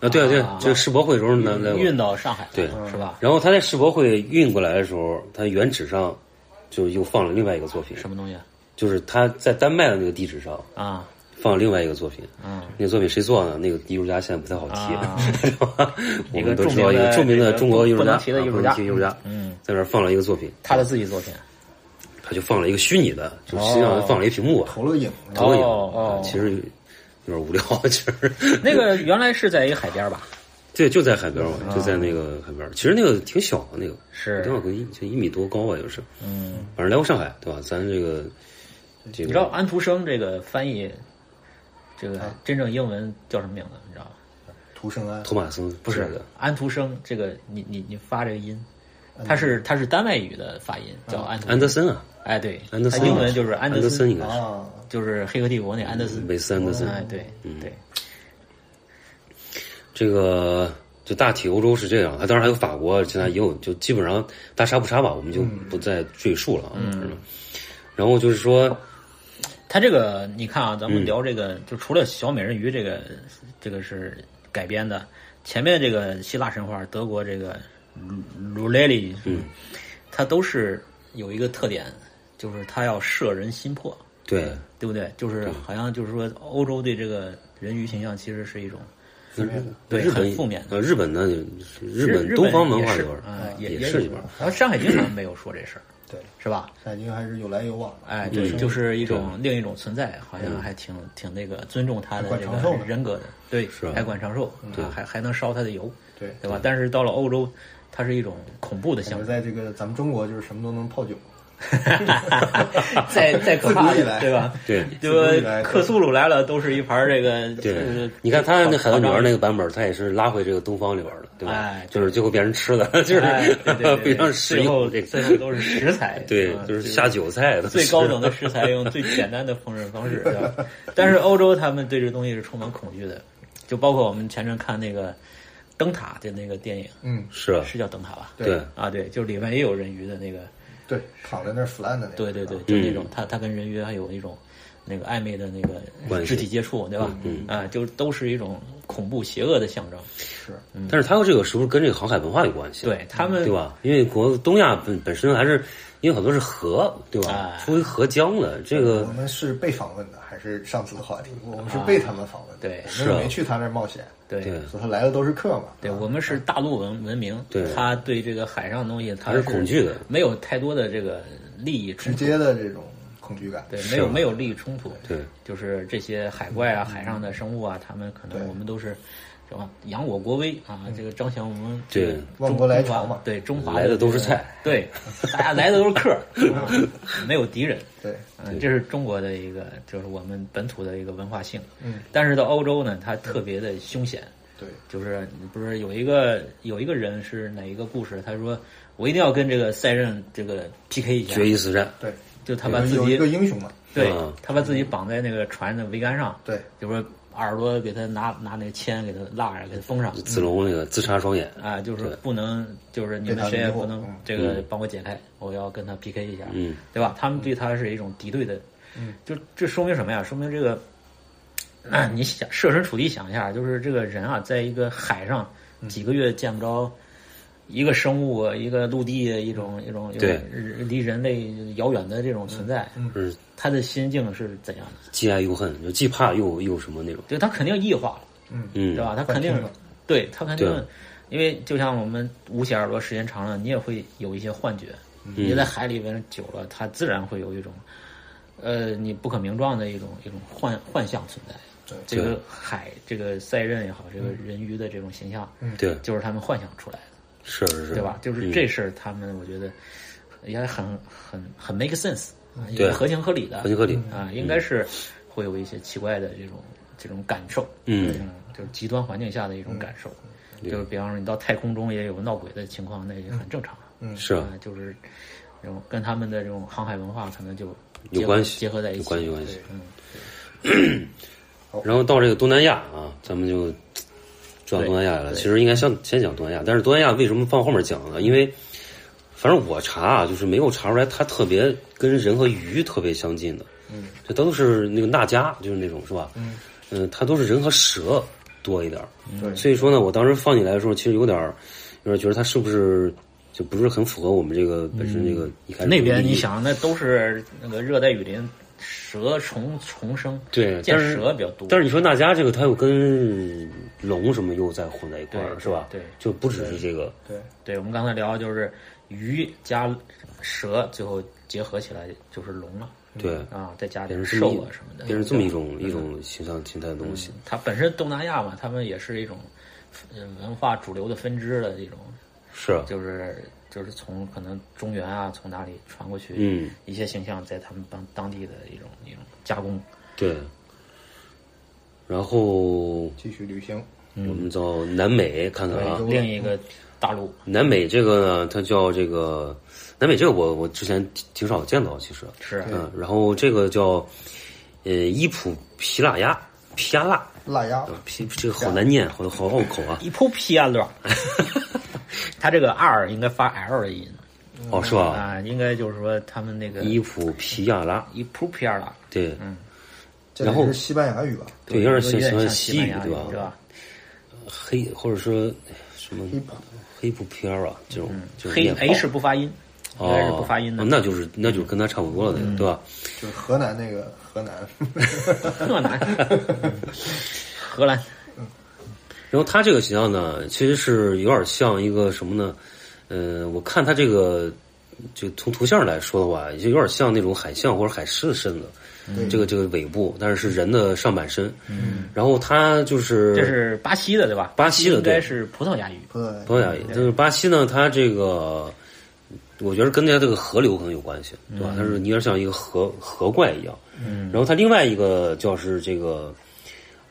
啊，对啊对啊啊，这个世博会时候呢，来我运到上海来对了是吧？然后他在世博会运过来的时候，他原址上就又放了另外一个作品，什么东西就是他在丹麦的那个地址上啊？放了另外一个作品。嗯，那个作品谁做的？那个艺术家现在不太好 啊提，知道吧？我一个们都知著名道一个的著名这的个中国艺术不家，能啊提的艺术不能家提艺术家，嗯，在那儿放了一个作品，他的自己作品他就放了一个虚拟的，就实际上哦放了一屏幕啊，投了影，投了影哦哦啊，其实有点无聊，其实那个原来是在一个海边吧？对，就在海边嘛，就在那个海边。其实那个挺小的，那个是多少个一就一米多高吧，就是。嗯，反正来过上海，对吧？咱这个这你知道个安徒生这个翻译，这啊个真正英文叫什么名字？你知道吗？涂生安托马斯不是是的，安徒生，这个你你你发这个音，他是他是丹麦语的发音，叫安徒安德森啊，哎，对，安德他森啊，英文就是安安德森，森，应该是啊，就是《黑客帝国》那安德森。韦斯安嗯德森。哎，对对，这个就大体欧洲是这样，它当然还有法国，其他也有，就基本上大差不差吧，我们就嗯不再赘述了啊。嗯。然后就是说，他这个你看啊，咱嗯们聊这个，就除了小美人鱼这个，这个是改编的，前面这个希腊神话，德国这个鲁雷里，嗯，它都是有一个特点，就是它要摄人心魄，对，对不对？就是好像就是说，欧洲对这个人鱼形象其实是一种对日很本负面的呃，日本呢，就是日本日东方文化也是里边啊儿也也是里边儿。然后《山海经》好像没有说这事儿，对，是吧？感觉还是有来有往的。嗯哎，对，就是一种另一种存在，好像还挺挺那个尊重他的还管这长寿个呢人格的，对是啊，还管长寿，啊还还能烧他的油，对，哎对吧？但是到了欧洲，它是一种恐怖的感象觉征，在这个咱们中国就是什么都能泡酒， 再再可怕自古以的，来对吧？对自古以对吧？来克苏鲁来了，都是一盘这个，对呃，你看他那海盗女儿夸张那个版本，他也是拉回这个东方里边儿的，对吧？哎就是最后变成吃的，就是哎对对对 非常对实最用后这个。最后都是食材，对啊，就是这个下酒菜的，最高等的食材，用最简单的烹饪方式，对吧？但是欧洲他们对这东西是充满恐惧的，就包括我们前阵看那个《灯塔》的那个电影，嗯， 是啊是叫《灯塔》吧？对啊，对，就里面也有人鱼的那个，对，躺在那儿腐烂的那对个，对对，就那种他他跟人鱼还有一种那个暧昧的那关个系肢体接触，对吧？嗯啊，就都是一种恐怖邪恶的象征。但是他这个是不是跟这个航海文化有关系？嗯对他们对吧？因为国东亚本本身还是因为很多是河，对吧哎？出于河江的这啊我个们是被访问的，还是上次的话题？我们是被他们访问的，啊对我是们啊没去他那儿冒险，对对所以他来的都是客嘛。对，我们是大陆文文明，对他对这个海上的东西他还是恐惧的没有太多的这个利益冲直突。接的这种恐惧感，对，没有吧没有利益冲突。对，就是这些海怪啊、海上的生物啊，他们可能对我们都是，是吧？扬我国威啊，这个彰显我们对这个中万国来中华朝嘛对中华来的都是这个菜，对，大家来的都是客儿， 啊没有敌人。对，嗯，这是中国的一个，就是我们本土的一个文化性。嗯，但是到欧洲呢，它特别的凶险。对，就是不是有一个有一个人是哪一个故事？他说我一定要跟这个赛任这个 PK 一下，决一死战，对，就他把自己有有一个英雄嘛，对嗯他把自己绑在那个船的桅杆上，对，就说耳朵给他拿拿那个铅给他拉着，给他封上子龙那个自插双眼，啊，就是对不能，就是你被们他谁也迷惑不能嗯这个帮我解开，我要跟他 PK 一下，嗯，对吧？他们对他是一种敌对的，嗯，就这说明什么呀？说明这个， 那你想设身处地想一下，就是这个人啊，在一个海上嗯几个月见不着。一个生物，一个陆地，一种一种一种对离人类遥远的这种存嗯在，就是他的心境是怎样的？既爱又恨，就既怕又又什么那种，对他肯定异化了，嗯对，吧？他肯定换听了，对他肯对定，因为就像我们捂起耳朵时间长了，你也会有一些幻觉。嗯你在海里边久了，它自然会有一种，呃，你不可名状的一种一种幻幻象存在。这对个海，这个赛任也好，这个人鱼的这种形象，对，就是他们幻想出来的。是是是，对吧？就是嗯这事儿，他们我觉得也很很很 make sense，啊嗯对也合情合理的，合情合理啊，应该是会有一些奇怪的这种这种感受，嗯就是极端环境下的一种感受，就是比方说你到太空中也有闹鬼的情况，那也很正常，嗯是啊啊，就是这种跟他们的这种航海文化可能就结合有关系，结合在一有起，关系有关系。嗯，然后到这个东南亚啊，咱们就转到对东南亚来了。对其实应该先先讲东南亚，但是东南亚为什么放后面讲呢？因为反正我查啊，就是没有查出来它特别跟人和鱼特别相呃近的。嗯，这都是那个那迦，就是那种是吧？嗯，它都是人和蛇多一点儿。对，所以说呢，我当时放进来的时候，其实有点儿，有点觉得它是不是就不是很符合我们这个本身这个一开始嗯那边的意你义想，那都是那个热带雨林，蛇虫重生，对，见但是蛇比较多。但是你说那家这个，它又跟龙什么又在混在一块儿，对是吧？对就不只是这个，对，对我们刚才聊的就是鱼加蛇，最后结合起来就是龙了对，啊，再加变点成这么兽一啊什么的，嗯变成这么一种一种形象形态的东西。它本身东南亚嘛，他们也是一种呃文化主流的分支的这种，是，啊就是就是从可能中原啊，从哪里传过去，嗯，一些形象在他们当当地的一种一种加工。对。然后继续旅行，嗯我们到南美看看啊，另一个大陆，南美这个呢，它叫这个南美这个我我之前挺挺少见到，其实是啊嗯，然后这个叫呃伊普皮拉亚皮亚拉。辣鸭嗯啊皮这个好难念，好好拗口啊！伊普皮亚勒， 他这个 R 应该发 L 的音哦，是吧？啊，应该就是说他们那个伊普皮亚拉，伊普皮亚勒，对，这然后里是西班牙语吧对，有点有像点像西班语牙对吧？对吧？黑或者说哎什么？hip 黑布皮亚拉这种，就嗯是黑念法 H 不发音，应该是不发音的嗯哦，。那就是那就跟他差不多了，那个对吧？就是河南那个 河南， 荷兰，荷兰，然后他这个形象呢，其实是有点像一个什么呢？呃，我看他这个，就从图像来说的话，就有点像那种海象或者海狮的身子，嗯这个这个尾部，但是是人的上半身。嗯，然后他就是这是巴西的对吧？巴西的应该对是葡萄牙语。葡萄牙葡萄牙语，就是巴西呢，它这个，我觉得跟它这个河流可能有关系，对吧？它是有点像一个河河怪一样。嗯。然后它另外一个叫是这个，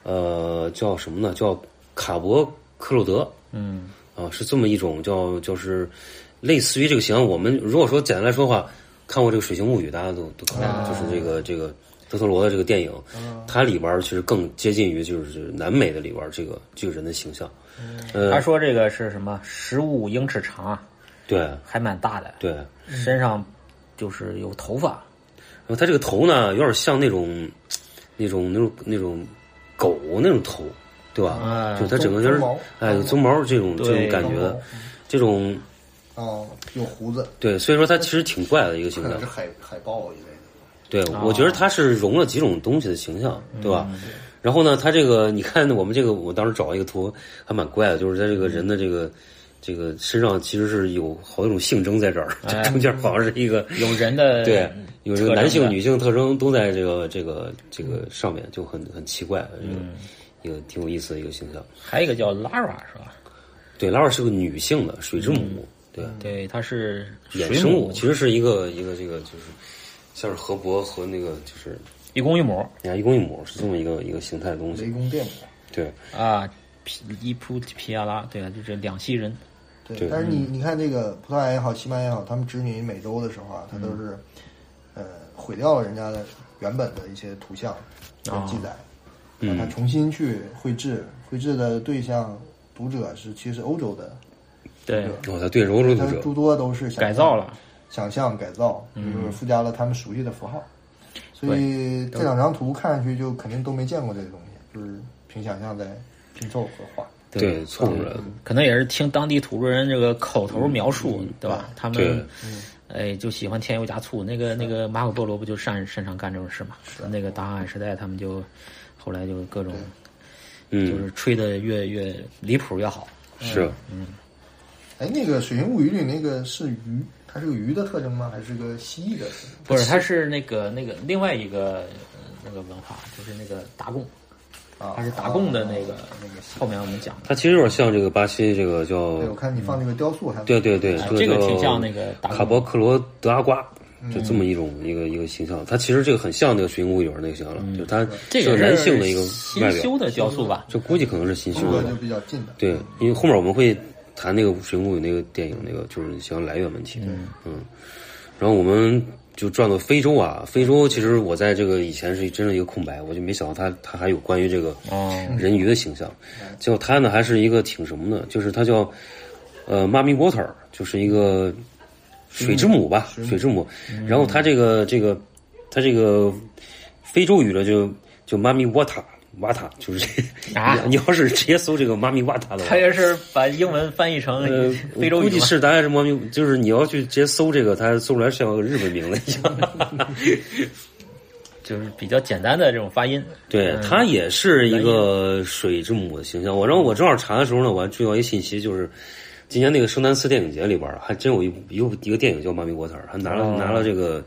呃，叫什么呢？叫卡博克洛德。嗯，啊，是这么一种叫就是类似于这个形象。我们如果说简单来说的话，看过这个《水形物语》，大家都都看过，就是这个这个德特罗的这个电影，它里边儿其实更接近于就是南美的里边儿这个这个人的形象。呃他说这个是什么？十五英尺长啊，对还蛮大的，对。身上就是有头 发，然后它这个头呢，有点像那种那种那种那种狗那种头，对吧？哎就它整个就是鬃毛哎有鬃毛这种这种对感觉鬃毛的，这种哦，有胡子，对，所以说它其实挺怪的一个形可象能是。海海豹一类的，对，我觉得它是融了几种东西的形象，嗯对吧？然后呢，它这个你看我们这个，我当时找了一个图，还蛮怪的，就是在这个人的这个。这个身上其实是有好几种性征在这儿，嗯这 中哎间好像是一个有人的对，有这个男性、嗯特征的女性特征都在这个这个这个上面，就很很奇怪，这个嗯一个挺有意思的一个形象。还有一个叫 Lara 是吧？嗯对，拉尔是个女性的水之母，对，对，它是衍嗯水生母物，，其实是一个一个这个就是像是河伯和那个就是一公一母你看一公一母是这么一个一个形态的东雷西，公电母。对，啊，皮伊普皮亚拉，对啊，就这两栖人，对对，但是你你看这个葡萄牙也好，西班牙也好，他们殖民美洲的时候啊，他都是，呃，毁掉了人家的原本的一些图像跟记载，嗯让他重新去绘制，绘制的对象读者是其实是欧洲的，对，哦，他对柔柔他读诸者，多都是想象改造了，想象改造，就是附加了他们熟悉的符号，所以这两张图看上去就肯定都没见过这个东西，就是凭想象在拼凑和画。对，错误人，可能也是听当地土著人这个口头描述，对吧？他嗯对们，哎，就喜欢添油加醋。那个那个马可波罗不就擅擅长干这种事嘛？啊那个达尔时代，他们就后来就各种就嗯，是吹的越越离谱越好。是，嗯哎，那个《水形物语》里那个是鱼，它是个鱼的特征吗？还是个蜥蜴的特征？不是，他是那个那个另外一个呃那个文化，就是那个达贡，哦啊，他是达贡的那个那个后面我们讲的，他其实有点像这个巴西这个叫对，我看你放那个雕塑还对对对，哎这这个叫挺像那个达卡博克罗德阿瓜，就这么一种一个一个形象。它其实这个很像那个《水形物语》里边那个形象了，就是它嗯这是个男性的一个新外表嗯修，的雕塑吧？这估计可能是新修风格就的。比较近的。对，因为后面我们会谈那个《水形物语》那个电影那个就是形象来源问题。嗯，然后我们就转到非洲啊，非洲其实我在这个以前是真是一个空白，我就没想到它它还有关于这个哦，人鱼的形象。结果他呢还是一个挺什么的，就是他叫呃妈咪 water，就是一个水之母吧，水之母。然后他这个这个他这个非洲语呢就就妈咪 water，瓦塔，就是这。啊 你要是直接搜这个妈咪瓦塔的话他，这是把英文翻译成呃， 非洲我估语计吗？是大概是猫咪，就是你要去直接搜这个，它搜出来像个日本名字一样。就是比较简单的这种发音。对，嗯它也是一个水之母的形象。我然后我正好查的时候呢，我还注意到一信息，就是今年那个圣丹斯电影节里边儿还真有一部一部一个电影叫《妈咪沃特尔》，还拿了、哦拿了这个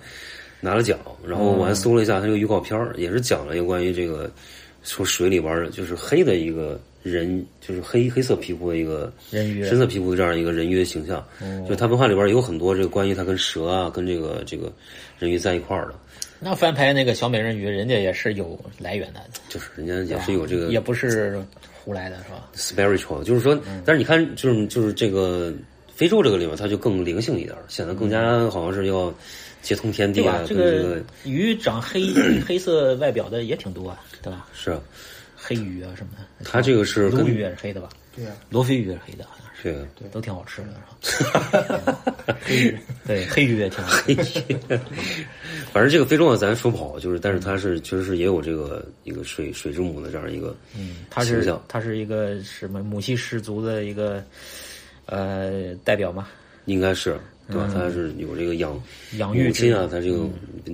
拿了奖。然后嗯我还搜了一下它这个预告片儿，也是讲了一个关于这个说水里边儿就是黑的一个人，就是黑黑色皮肤的一个人鱼哦深色皮肤的这样一个人鱼的形象。就它文化里边儿有很多这个关于它跟蛇啊，跟这个这个人鱼在一块儿的。那翻拍那个小美人鱼，人家也是有来源的，就是人家也是有这个，也不是胡来的，是吧？ spiritual，就是说，嗯但是你看，就是就是这个非洲这个里面，它就更灵性一点儿，显得更加好像是要接通天嗯对地啊吧？，这跟这个鱼长 黑黑色外表的也挺多啊，对吧？是啊，黑鱼啊什么的，它这个是鲈鱼跟也是黑的吧？对呀、罗非鱼也是黑的，好像是，这个都挺好吃的，是吧？黑鱼，对，黑鱼也挺好吃。反正这个非洲呢，啊咱说不好，就是嗯但是它是确实是也有这个一个水水之母的这样一个嗯它形 是象，它是一个什么母系氏族的一个呃代表嘛？应该是对吧？它是有这个养嗯养育嗯母之亲啊，它这个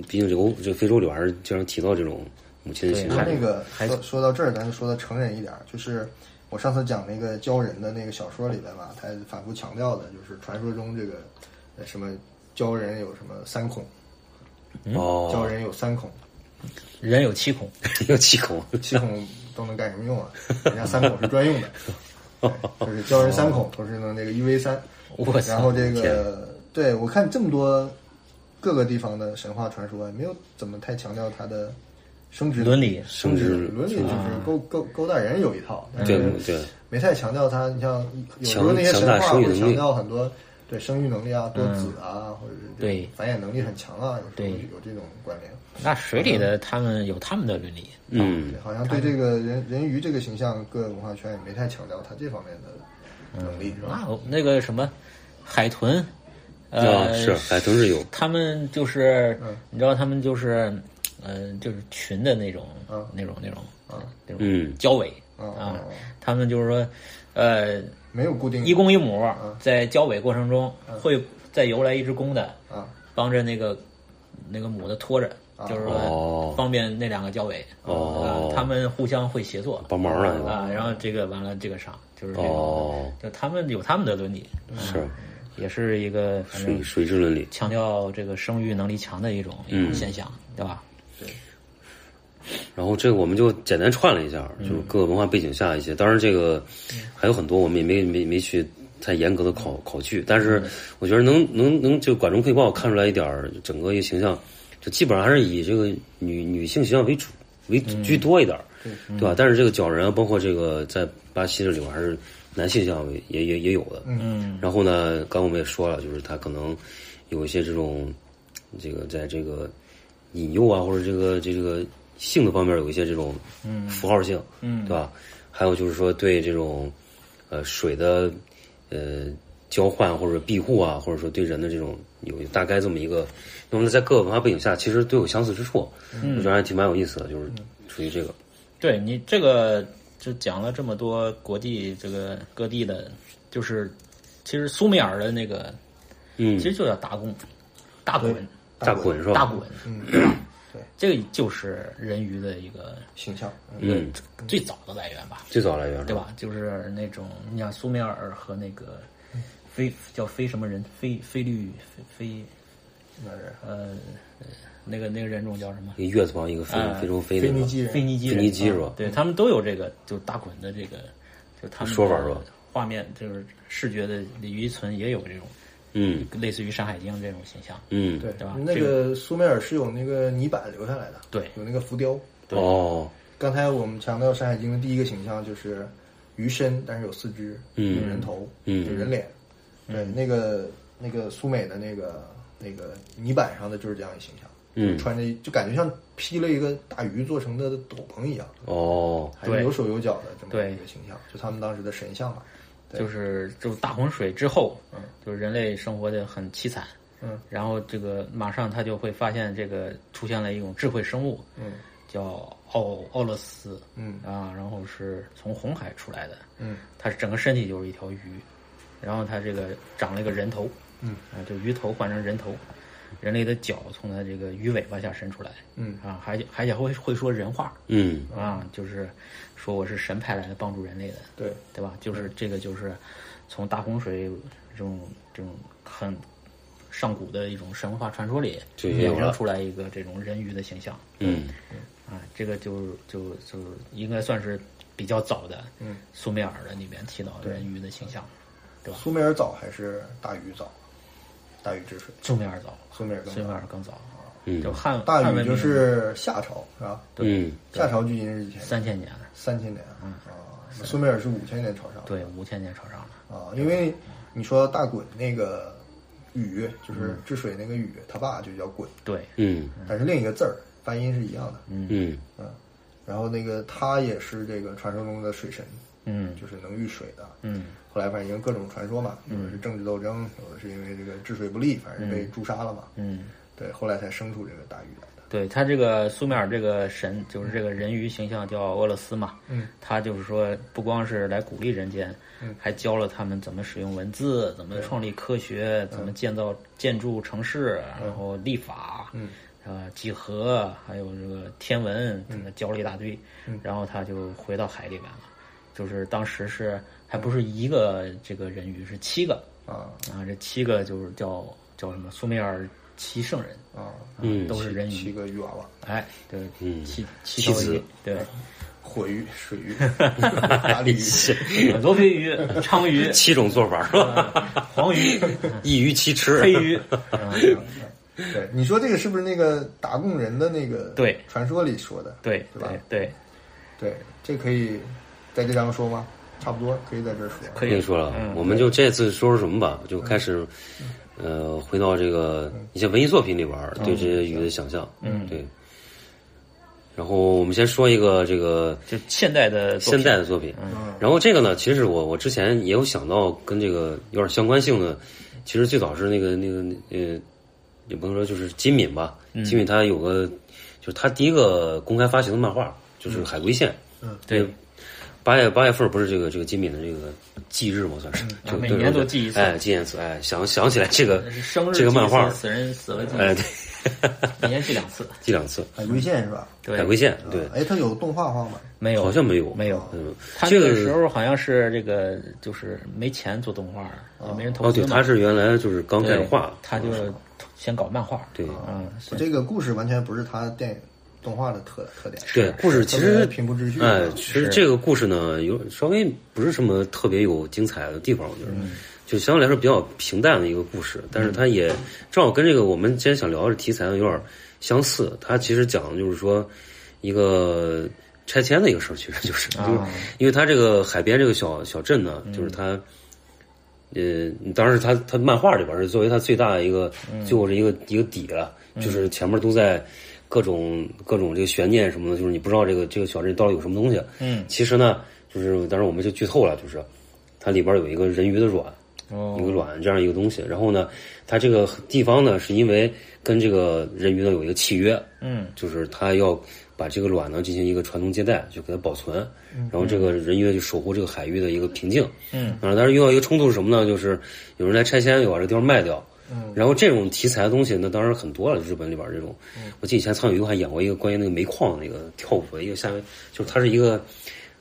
毕竟这个欧这个非洲里边还是经常提到这种母亲的形不过象，那个还说说到这儿，咱就说到成人一点儿，就是我上次讲那个鲛人的那个小说里边吧，他反复强调的就是传说中这个呃什么鲛人有什么三孔，鲛嗯哦， 人有三孔，人有七孔，有七孔，嗯七孔都能干什么用啊？ 人家三孔是专用 的，对就是鲛人三孔都是能那个一 v 三。我操然后这天个对我看这么多各个地方的神话传说，也没有怎么太强调他的生殖伦理生殖嗯伦理就是勾勾勾搭人有一套，但对是对没太强调他。你像有时候强那些神强大话生育会能力嗯强调很多对生育能力啊、多子啊，或者是这对种繁衍能力很强啊，有对时候有这种关联。那水里的他们有他们的伦理，嗯对，好像对这个人人鱼这个形象，各文化圈也没太强调他这方面的能力，是吧？那我那个什么海豚，啊呃，是嗯海豚是有。他们就是，你知道他们就是，呃，就是群的那种，那种那种，那种嗯交尾嗯啊嗯嗯，他们就是说，呃，没有固定一公一母在交尾过程中会再游来一只公的，啊，帮着那个那个母的拖着，就是哦说方便那两个交尾，哦啊他们互相会协作帮忙了啊，然后这个完了这个上就是这种，哦，就他们有他们的伦理，是也是一个嗯反正水水之伦理。强调这个生育能力强的一种嗯一种现象，对吧？然后这个我们就简单串了一下，就是各个文化背景下一些。当然，这个还有很多我们也没没没去太严格的考考据，但是我觉得能能能就管中窥豹看出来一点儿整个一个形象，就基本上还是以这个女女性形象为主为居多一点儿，嗯对吧？但是这个角人啊，包括这个在巴西这里边还是男性形象为也也也有的，嗯。然后呢，刚刚我们也说了，就是他可能有一些这种这个在这个引诱啊，或者这个这个性的方面有一些这种符号性，嗯，对吧？还有就是说对这种呃水的呃交换或者庇护啊，或者说对人的这种有大概这么一个，那么在各个文化背景下，其实都有相似之处，嗯我觉得还挺蛮有意思的，就是属于这个，对你这个就讲了这么多国际这个各地的，就是其实苏美尔的那个嗯其，实就叫达贡、大滚、大滚是吧？大滚，嗯这个就是人鱼的一个形象，嗯嗯，最早的来源吧，最早来源是对？吧？就是那种你像苏美尔和那个非叫非什么人，非非律非非那是呃那个那个人种叫什么？一个月字旁一个非啊非洲非腓那尼个基人，腓尼基腓人，尼基是吧？对他们都有这个，就是打滚的这个，就是他们说法是吧？画面就是视觉的李余存也有这种嗯类似于《山海经》这种形象，嗯，对对吧那个苏美尔是有那个泥板留下来的，对有那个浮雕。哦，刚才我们强调《山海经》的第一个形象就是鱼身，但是有四肢，嗯有人头，嗯有人脸。对，那个那个苏美的那个那个泥板上的就是这样一形象，嗯穿着一就感觉像披了一个大鱼做成的斗篷一样，哦，还是对有手有脚的这么对一个形象，就他们当时的神像嘛。对就是就是大洪水之后，就是人类生活的很凄惨，嗯，然后这个马上他就会发现这个出现了一种智慧生物，嗯，叫奥奥勒斯，嗯啊，然后是从红海出来的，嗯，它整个身体就是一条鱼，然后它这个长了一个人头，嗯啊，就鱼头换成人头，人类的脚从它这个鱼尾巴下伸出来，嗯啊，还还且会会说人话嗯啊，就是说我是神派来的帮助人类的，对，对吧？就是这个就是从大洪水这种这种很上古的一种神话传说里就也有衍了生出来一个这种人鱼的形象嗯啊，这个就就就应该算是比较早的，嗯，苏美尔的里面提到人鱼的形象，对吧？苏美尔早还是大禹早？大禹治水，苏美尔早，苏美尔更苏美早。尔更早，啊嗯就汉大汉禹文就明是夏朝是吧？嗯夏朝距今日几千年？三千年，三千年啊。啊苏美尔是五千年朝上。对，五千年朝上了，啊，因为你说大鲧那个禹，就是治水那个禹，他爸就叫鲧，嗯对，嗯但是另一个字儿发音是一样的。嗯嗯，然后那个他也是这个传说中的水神，嗯就是能遇水的。嗯，后来反正因为各种传说嘛，有的是政治斗争，有的是因为这个治水不力，反正被诛杀了嘛。嗯。对，后来才生出这个大禹来的。对他这个苏美尔这个神，就是这个人鱼形象叫俄勒斯嘛，嗯，他就是说不光是来鼓励人间，嗯还教了他们怎么使用文字，怎么创立科学，嗯怎么建造建筑城市，然后立法，嗯，呃，几何，还有这个天文，怎么嗯教了一大堆，然后他就回到海里面了，就是当时是嗯还不是一个这个人鱼，是七个啊啊，这七个就是叫叫什么苏美尔七圣人，啊，嗯都是人鱼，七个 鱼娃娃，哎，对，嗯七七妻条子鱼，对，火鱼、水鱼、大鲤鱼。罗非鱼、鲳鱼、 七种做法是嗯吧？黄鱼、一鱼七吃，黑 鱼， 对，你说这个是不是那个打工人的那个对传说里说的？对对吧对对，对，这可以在这章说吗？差不多可以在这儿说。可跟你以说了，我们就这次说说什么吧，就开始，呃，回到这个一些文艺作品里边儿对这些鱼的想象，嗯，对。然后我们先说一个这个就现代的作现品嗯代的作品，然后这个呢，其实我我之前也有想到跟这个有点相关性的，其实最早是那个那个呃，也不能说就是金敏吧，嗯金敏他有个就是他第一个公开发行的漫画就是《海龟线》，嗯，对，八月八月份不是这个这个金敏的这个忌日嘛，算是，就嗯每对年对都忌一次哎，忌一次，哎，想想起来这个是 生日这个漫祭祀画，死人死了哎，几，对，每 年祭两次，忌两次，海龟线是吧？对啊海，龟线，对，哎，它有动画化吗？没有，好像没有，没有，嗯，他这那个时候好像是这个就是没钱做动画，也没人投哦，对，资嘛，他是原来就是刚开始对画，嗯他就先搞漫画，对嗯，我这个故事完全不是它电影动画的特特点。对，故事其特实别平铺直叙哎是，吧其实这个故事呢，有稍微不是什么特别有精彩的地方，我觉得，嗯就相对来说比较平淡的一个故事，但是它嗯也正好跟这个我们今天想聊的题材呢有点相似。它其实讲的就是说一个拆迁的一个事儿，其实就是， 啊就是因为它这个海边这个小小镇呢，就是嗯它。呃，当时他他漫画里边是作为他最大的一个、嗯最后是一个一个底了，就是前面都在各种各种这个悬念什么的，就是你不知道这个这个小镇到底有什么东西。嗯，其实呢，就是当然我们就剧透了，就是它里边有一个人鱼的卵，有个哦，卵这样一个东西。然后呢，它这个地方呢，是因为跟这个人鱼呢有一个契约，嗯就是他要把这个卵呢进行一个传宗接代，就给它保存，然后这个人鱼就守护这个海域的一个平静。嗯，啊，但是遇到一个冲突是什么呢？就是有人来拆迁，要把这个地方卖掉。嗯，然后这种题材的东西，那当然很多了。日本里边这种，嗯我记得以前苍井优还演过一个关于那个煤矿的一个跳舞的一个下面，就是它是一个，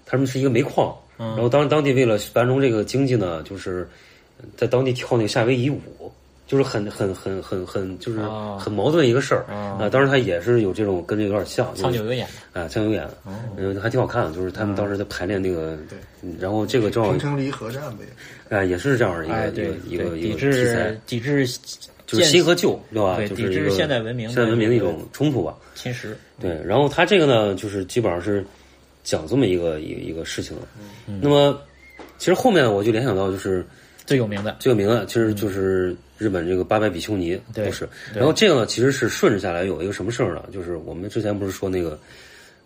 他们是一个煤矿，嗯然后当当地为了繁荣这个经济呢，就是在当地跳那个夏威夷舞。就是很很很很很，就是啊很矛盾的一个事儿啊啊！当然，他也是有这种跟这个有点像，就是苍井哦优演的，啊，江永演的，嗯，还挺好看的。就是他们当时在排练那个，嗯然后这个正好平城离合战呗。啊，也是这样的一个、哎，一对个，一个对一抵个题材制，抵制就是新和旧，对吧？对就抵是制一个现代文明的现代文明的一这个嗯种冲突吧。侵蚀，对，然后他这个呢，就是基本上是讲这么一个一个一个事情。嗯那么，其实后面呢，我就联想到就是最有名的，这个名啊字，其实就是日本这个八百比丘尼嗯对故事。对然后这个呢，其实是顺着下来有一个什么事儿呢？就是我们之前不是说那个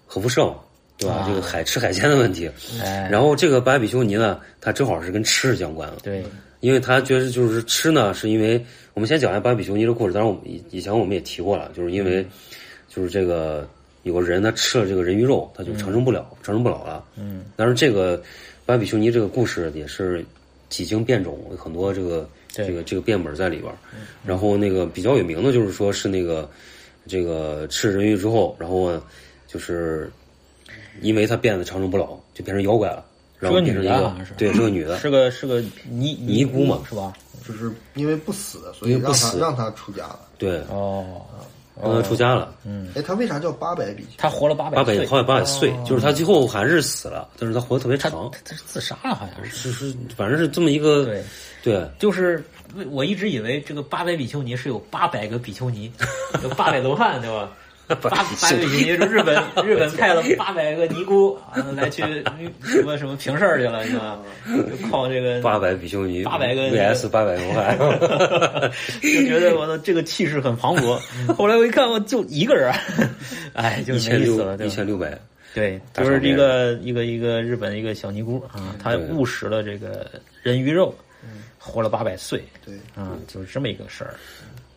核辐射嘛，对吧？啊这个海吃海鲜的问题。哎，然后这个巴比丘尼呢，它正好是跟吃是相关的，对，因为它觉得就是吃呢，是因为嗯我们先讲一下巴比丘尼的故事。当然，我们以以前我们也提过了，就是因为就是这个有个人他吃了这个人鱼肉，他就长生不了，长生不老了。嗯，但是这个巴比丘尼这个故事也是几经变种，有很多这个对嗯这个这个变本在里边儿。然后那个比较有名的就是说是那个这个吃人鱼之后，然后就是因为他变得长生不老，就变成妖怪了。然后是个女变成的一个好像是对，是个女的，是个是个尼尼姑嘛是吧？就是因为不死，所以因为让不他死让他出家了。对，哦，让他出家了。哎，他为啥叫八百比丘？他活了嗯八百八百岁，好像八百岁，就是他最后还是死了，但是他活得特别他长，他他是自杀了，好像是。就是反正是这么一个对，对就是我一直以为这个八百比丘尼是有八百个比丘尼，有八百罗汉，对吧？八八百比丘尼是日本日本派了八百个尼姑啊来去什么什么平事儿去了，是吧？就靠这个八百比丘尼800个 VS 八百罗汉， 就觉得我的这个气势很磅礴。后来我一看，我就一个人儿，哎， 就一没千意思了，六对一吧？千六百，对，大就是场面嗯一个一个一个日本一个小尼姑啊，她对嗯误食了这个人鱼肉，活了八百岁对，啊，就是这么一个事儿。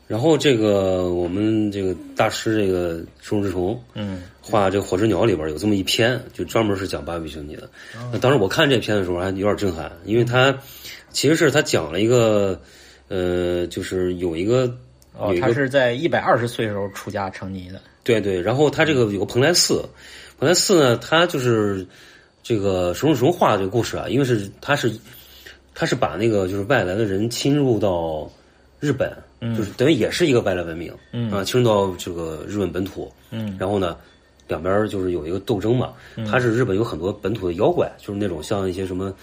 然后这个我们这个大师这个周志崇，嗯，画这个火之鸟里边有这么一篇，就专门是讲巴比丘尼的。哦那当时我看这篇的时候还有点震撼，因为他其实是他讲了一个，呃，就是有一个哦有，一她个是在一百二十岁时候出家成尼的。对对，然后他这个有个蓬莱寺，蓬莱寺呢，他就是这个熊志雄画的这个故事啊，因为是他是他是把那个就是外来的人侵入到日本，嗯就是等于也是一个外来文明，啊，侵入到这个日本本土，嗯，然后呢。两边就是有一个斗争嘛，他是日本有很多本土的妖怪，就是那种像一些什么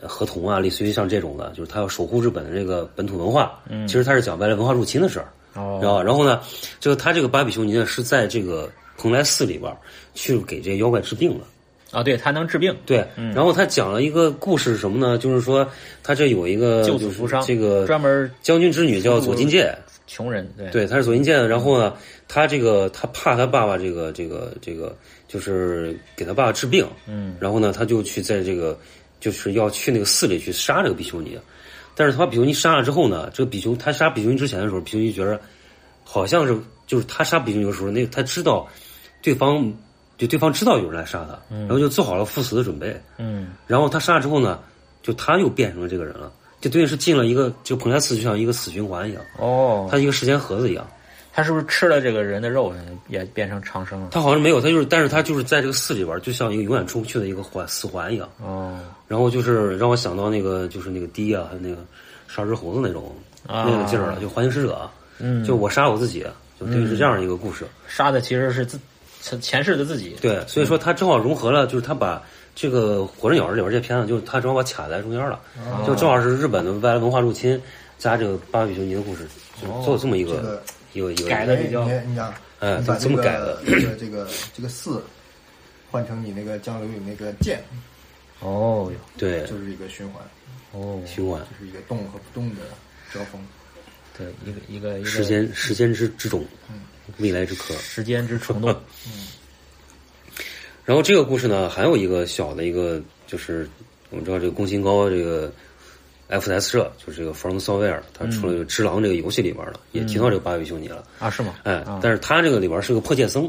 呃河童啊、类似于像这种的，就是他要守护日本的这个本土文化。嗯，其实他是讲外来文化入侵的事儿。哦，然后，然后呢，这个他这个巴比丘尼呢是在这个蓬莱寺里边儿去给这些妖怪治病的。啊，对，她能治病。对，然后他讲了一个故事是什么呢？就是说他这有一个救就死是扶伤这个专门将军之女叫左金戒，穷人，对，对，她是左金戒的。然后呢，他这个他怕他爸爸这个这个这个就是给他爸爸治病，嗯，然后呢，他就去在这个就是要去那个寺里去杀这个比丘尼，但是他把比丘尼杀了之后呢，这个比丘他杀比丘尼之前的时候，比丘尼觉得好像是就是他杀比丘尼的时候，那他知道对方就对方知道有人来杀他，然后就做好了赴死的准备，嗯，然后他杀了之后呢，就他又变成了这个人了，就等于是进了一个这个蓬莱寺就像一个死循环一样，哦，他一个时间盒子一样。她是不是吃了这个人的肉也变成长生了？他好像没有，他就是，但是他就是在这个寺里边儿，就像一个永远出不去的一个环死环一样。哦，然后就是让我想到那个，就是那个低啊，还有那个杀只猴子那种、啊那个劲儿了，就环形使者，嗯，就我杀我自己，就这个是这样一个故事。杀的其实是自前前世的自己。对，所以说他正好融合了，就是他把这个《火人鸟》里边这片子，就是他正好把卡在中间了，哦就正好是日本的外来文化入侵加这个巴比丘尼的故事，就做这么一个、哦一个一个改的哎比较你看你看，哎你把这这么个改的这个这个这个四换成你那个江流影那个剑，哦哟，对就是一个循环，哦，循环就是一个动和不动的交锋。对，一个一个一个时间时间之之种，未来之壳。时间之 虫洞。然后这个故事呢，还有一个小的一个，就是我们知道这个宫心高这个 FS 社，就是这个 From Software，它出了这个《只狼》这个游戏里边了，也提到这个巴比丘尼了。啊，是吗？哎啊，但是他这个里边是个破戒僧，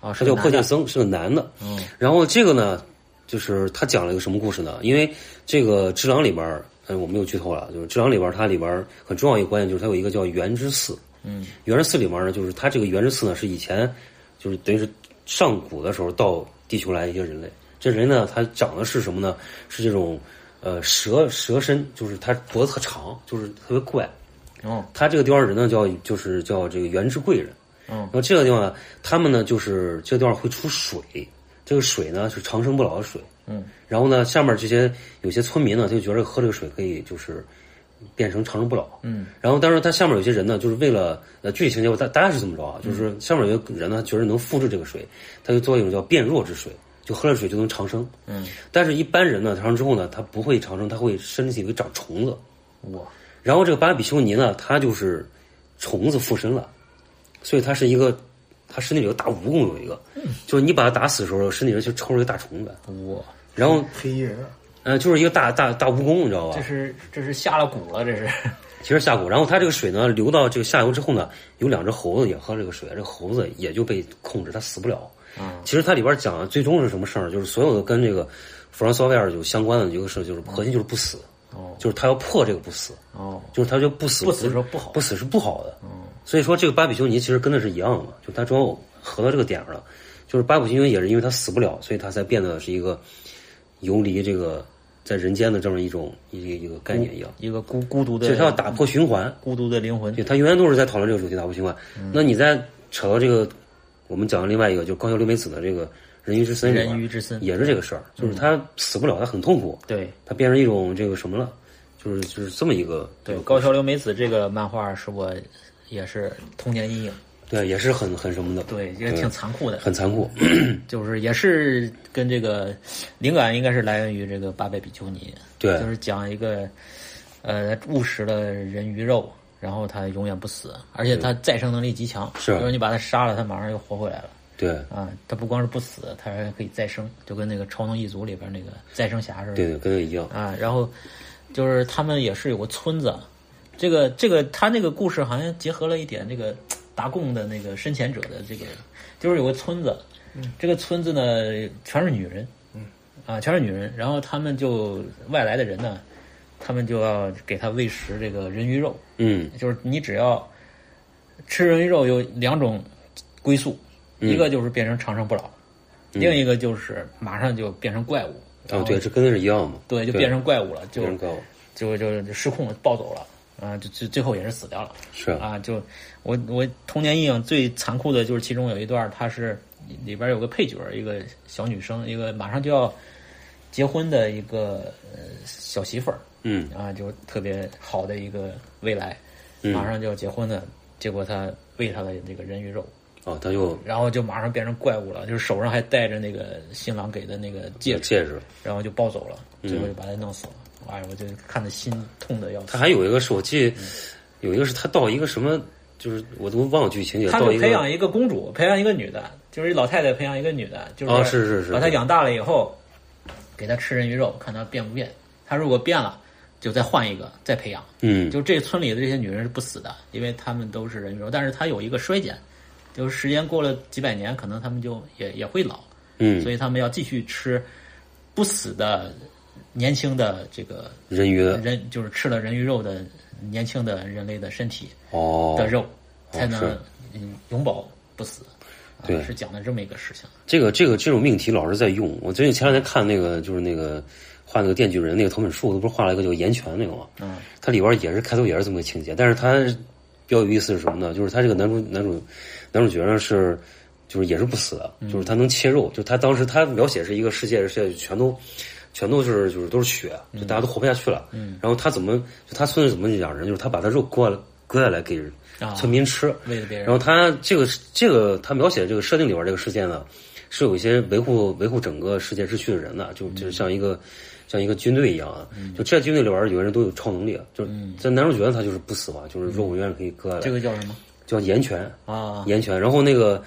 啊，他是叫个破男戒的。僧，是个男的。嗯然后这个呢，就是他讲了一个什么故事呢？因为这个《只狼》里边儿，呃，我没有剧透了，就是《只狼》里边儿它里边儿很重要一个关键就是它有一个叫元之寺。嗯，元之寺里面呢，就是它这个元之寺呢是以前就是等于是上古的时候到地球来一些人类，这人呢他长得是什么呢？是这种呃蛇蛇身，就是他脖子特长，就是特别怪。哦，他这个地方人呢叫就是叫这个元之贵人。嗯然后这个地方呢，他们呢就是这个地方会出水，这个水呢是长生不老的水。嗯，然后呢，下面这些有些村民呢，他就觉得喝这个水可以就是变成长生不老。嗯，然后但是他下面有些人呢，就是为了呃具体情节我大大概是怎么着啊？嗯就是下面有些人呢，觉得能复制这个水，他就做一种叫变弱之水，就喝了水就能长生。嗯，但是一般人呢，长生之后呢，他不会长生，他会身体会长虫子。我然后这个巴比丘尼呢，他就是虫子附身了，所以他是一个，他身体里有个大蜈蚣有一个，就是你把他打死的时候，身体里就抽了一个大虫子，我然后黑衣人啊，呃就是一个大大大蜈蚣，你知道吧这？是这是下了蛊了，这是。其实下蛊，然后他这个水呢流到这个下游之后呢，有两只猴子也喝这个水，这个猴子也就被控制，它死不了。嗯其实它里边讲的最终是什么事儿，就是所有的跟这个弗兰索维尔有相关的一个事儿，就是核心就是不死，哦就是他要破这个不死，哦，就是他就不死不死是不好不死是不好的。所以说这个巴比修尼其实跟的是一样的嘛，就他终于合到这个点儿了，就是巴比修尼也是因为他死不了，所以他才变得是一个游离这个在人间的这么一种一个一个概念一样， 一个孤孤独所以的他要打破循环。孤独的灵魂对，他永远都是在讨论这个主题打破循环。嗯那你再扯到这个，我们讲的另外一个，就是高桥留美子的这个《人鱼之森》里边，人鱼之森嗯也是这个事儿，就是他死不了，他很痛苦，对他变成一种这个什么了，就是就是这么一个对，高桥留美子这个漫画是我也是童年阴影，对，也是很很什么的，对，也挺残酷的，很残 酷。就是也是跟这个灵感应该是来源于这个巴贝比丘尼，对就是讲一个呃误食了人鱼肉，然后他永远不死，而且他再生能力极强，是就是你把他杀了，他马上又活回来了。对，啊，他不光是不死，他还可以再生，就跟那个《超能一族》里边那个再生侠似的。对对，跟他一样。啊，然后就是他们也是有个村子，这个这个他那个故事好像结合了一点这个达贡的那个深潜者的这个，就是有个村子，这个村子呢全是女人，嗯，啊全是女人，然后他们就外来的人呢，他们就要给他喂食这个人鱼肉，嗯，就是你只要吃人鱼肉有两种归宿，嗯一个就是变成长生不老，另一个就是马上就变成怪物。然哦后，对，这跟他是一样嘛，对，就变成怪物了，就变成高，就就就失控了，暴走了，啊，就最最后也是死掉了，是啊，就我我童年阴影最残酷的就是其中有一段，她是里边有个配角，一个小女生，一个马上就要结婚的一个呃小媳妇儿，嗯啊，就特别好的一个未来，嗯马上就要结婚的，结果她喂她的这个人鱼肉，哦，他就然后就马上变成怪物了，就是手上还戴着那个新郎给的那个戒指，戒指。然后就暴走了，最后就把他弄死了。哎，我就看的心痛的要死。他嗯还有一个是我记嗯得，有一个是他到一个什么，就是我都忘了具体情节，他到就一个培养一个公主，培养一个女的，就是一老太太培养一个女的，就是啊是是是把她养大了以后，给她吃人鱼肉，看她变不变。她如果变了，就再换一个，再培养。嗯，就这村里的这些女人是不死的，因为她们都是人鱼肉，但是她有一个衰减，就是时间过了几百年，可能她们就也也会老，嗯所，以她们要继续吃不死的年轻的这个人鱼的人就是吃了人鱼肉的年轻的人类的身体哦，的肉，才能是嗯永葆不死。啊对是讲的这么一个事情。这个这个这种命题老是在用。我最近前两天看那个就是那个画那个电锯人那个藤本树，他不是画了一个叫岩泉那个吗？嗯，它里边也是开头也是这么个情节，但是它比较有意思是什么呢？就是他这个男主男主男主角呢是就是也是不死的，就是他能切肉，就他当时他描写是一个世界世界全都。全都是就是都是血，就大家都活不下去了。嗯，然后他怎么就他村里怎么养人？就是他把他肉割了割下来给啊村民吃，为了别人然后他这个这个他描写这个设定里边这个事件呢，是有一些维护维护整个世界秩序的人的，就嗯就是像一个、像一个军队一样啊。就这军队里边有人都有超能力，啊就是这男主角他就是不死嘛，就是肉永远可以割下来。嗯这个叫什么叫岩泉啊？岩泉。然后那个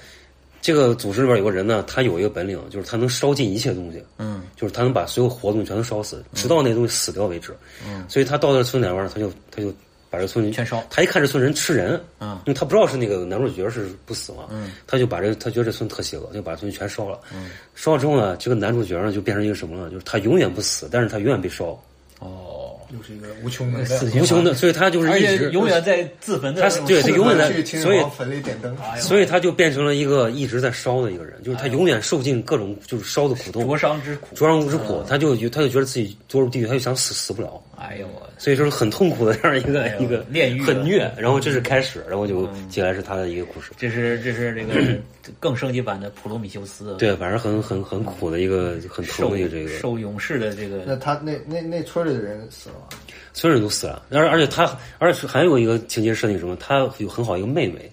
这个组织里边有个人呢，他有一个本领，就是他能烧尽一切东西。嗯，就是他能把所有活动全都烧死，直到那东西死掉为止。嗯，所以他到那村里边儿，他就他就把这村全烧他一看这村人吃人，嗯因为他不知道是那个男主角是不死嘛，嗯，他就把这他觉得这村特邪恶，就把村全烧了。嗯，烧了之后呢，这个男主角呢就变成一个什么了？就是他永远不死，但是他永远被烧，哦，又是一个无穷能量，死无穷的，所以他就是而一且直永远在自焚的他那种对他永远在去秦所始以哎皇坟里点灯，所以他就变成了一个一直在烧的一个人，就是他永远受尽各种就是烧的苦痛，灼伤之苦。灼伤之苦，他就他就觉得自己堕入地狱，他就想死死不了，哎呦我，所以说是很痛苦的这样一哎个呦一个炼狱很了嗯虐。然后这是开始，然后就接下来是他的一个故事。这是这是这个 更升级版的普罗米修斯，，对，反正很很很苦的一个很受疼的一个这个，受勇士的这那个他那那那村里的人死了吗？所有人都死了。啊而而且他，而且还有一个情节设定是什么？他有很好一个妹妹，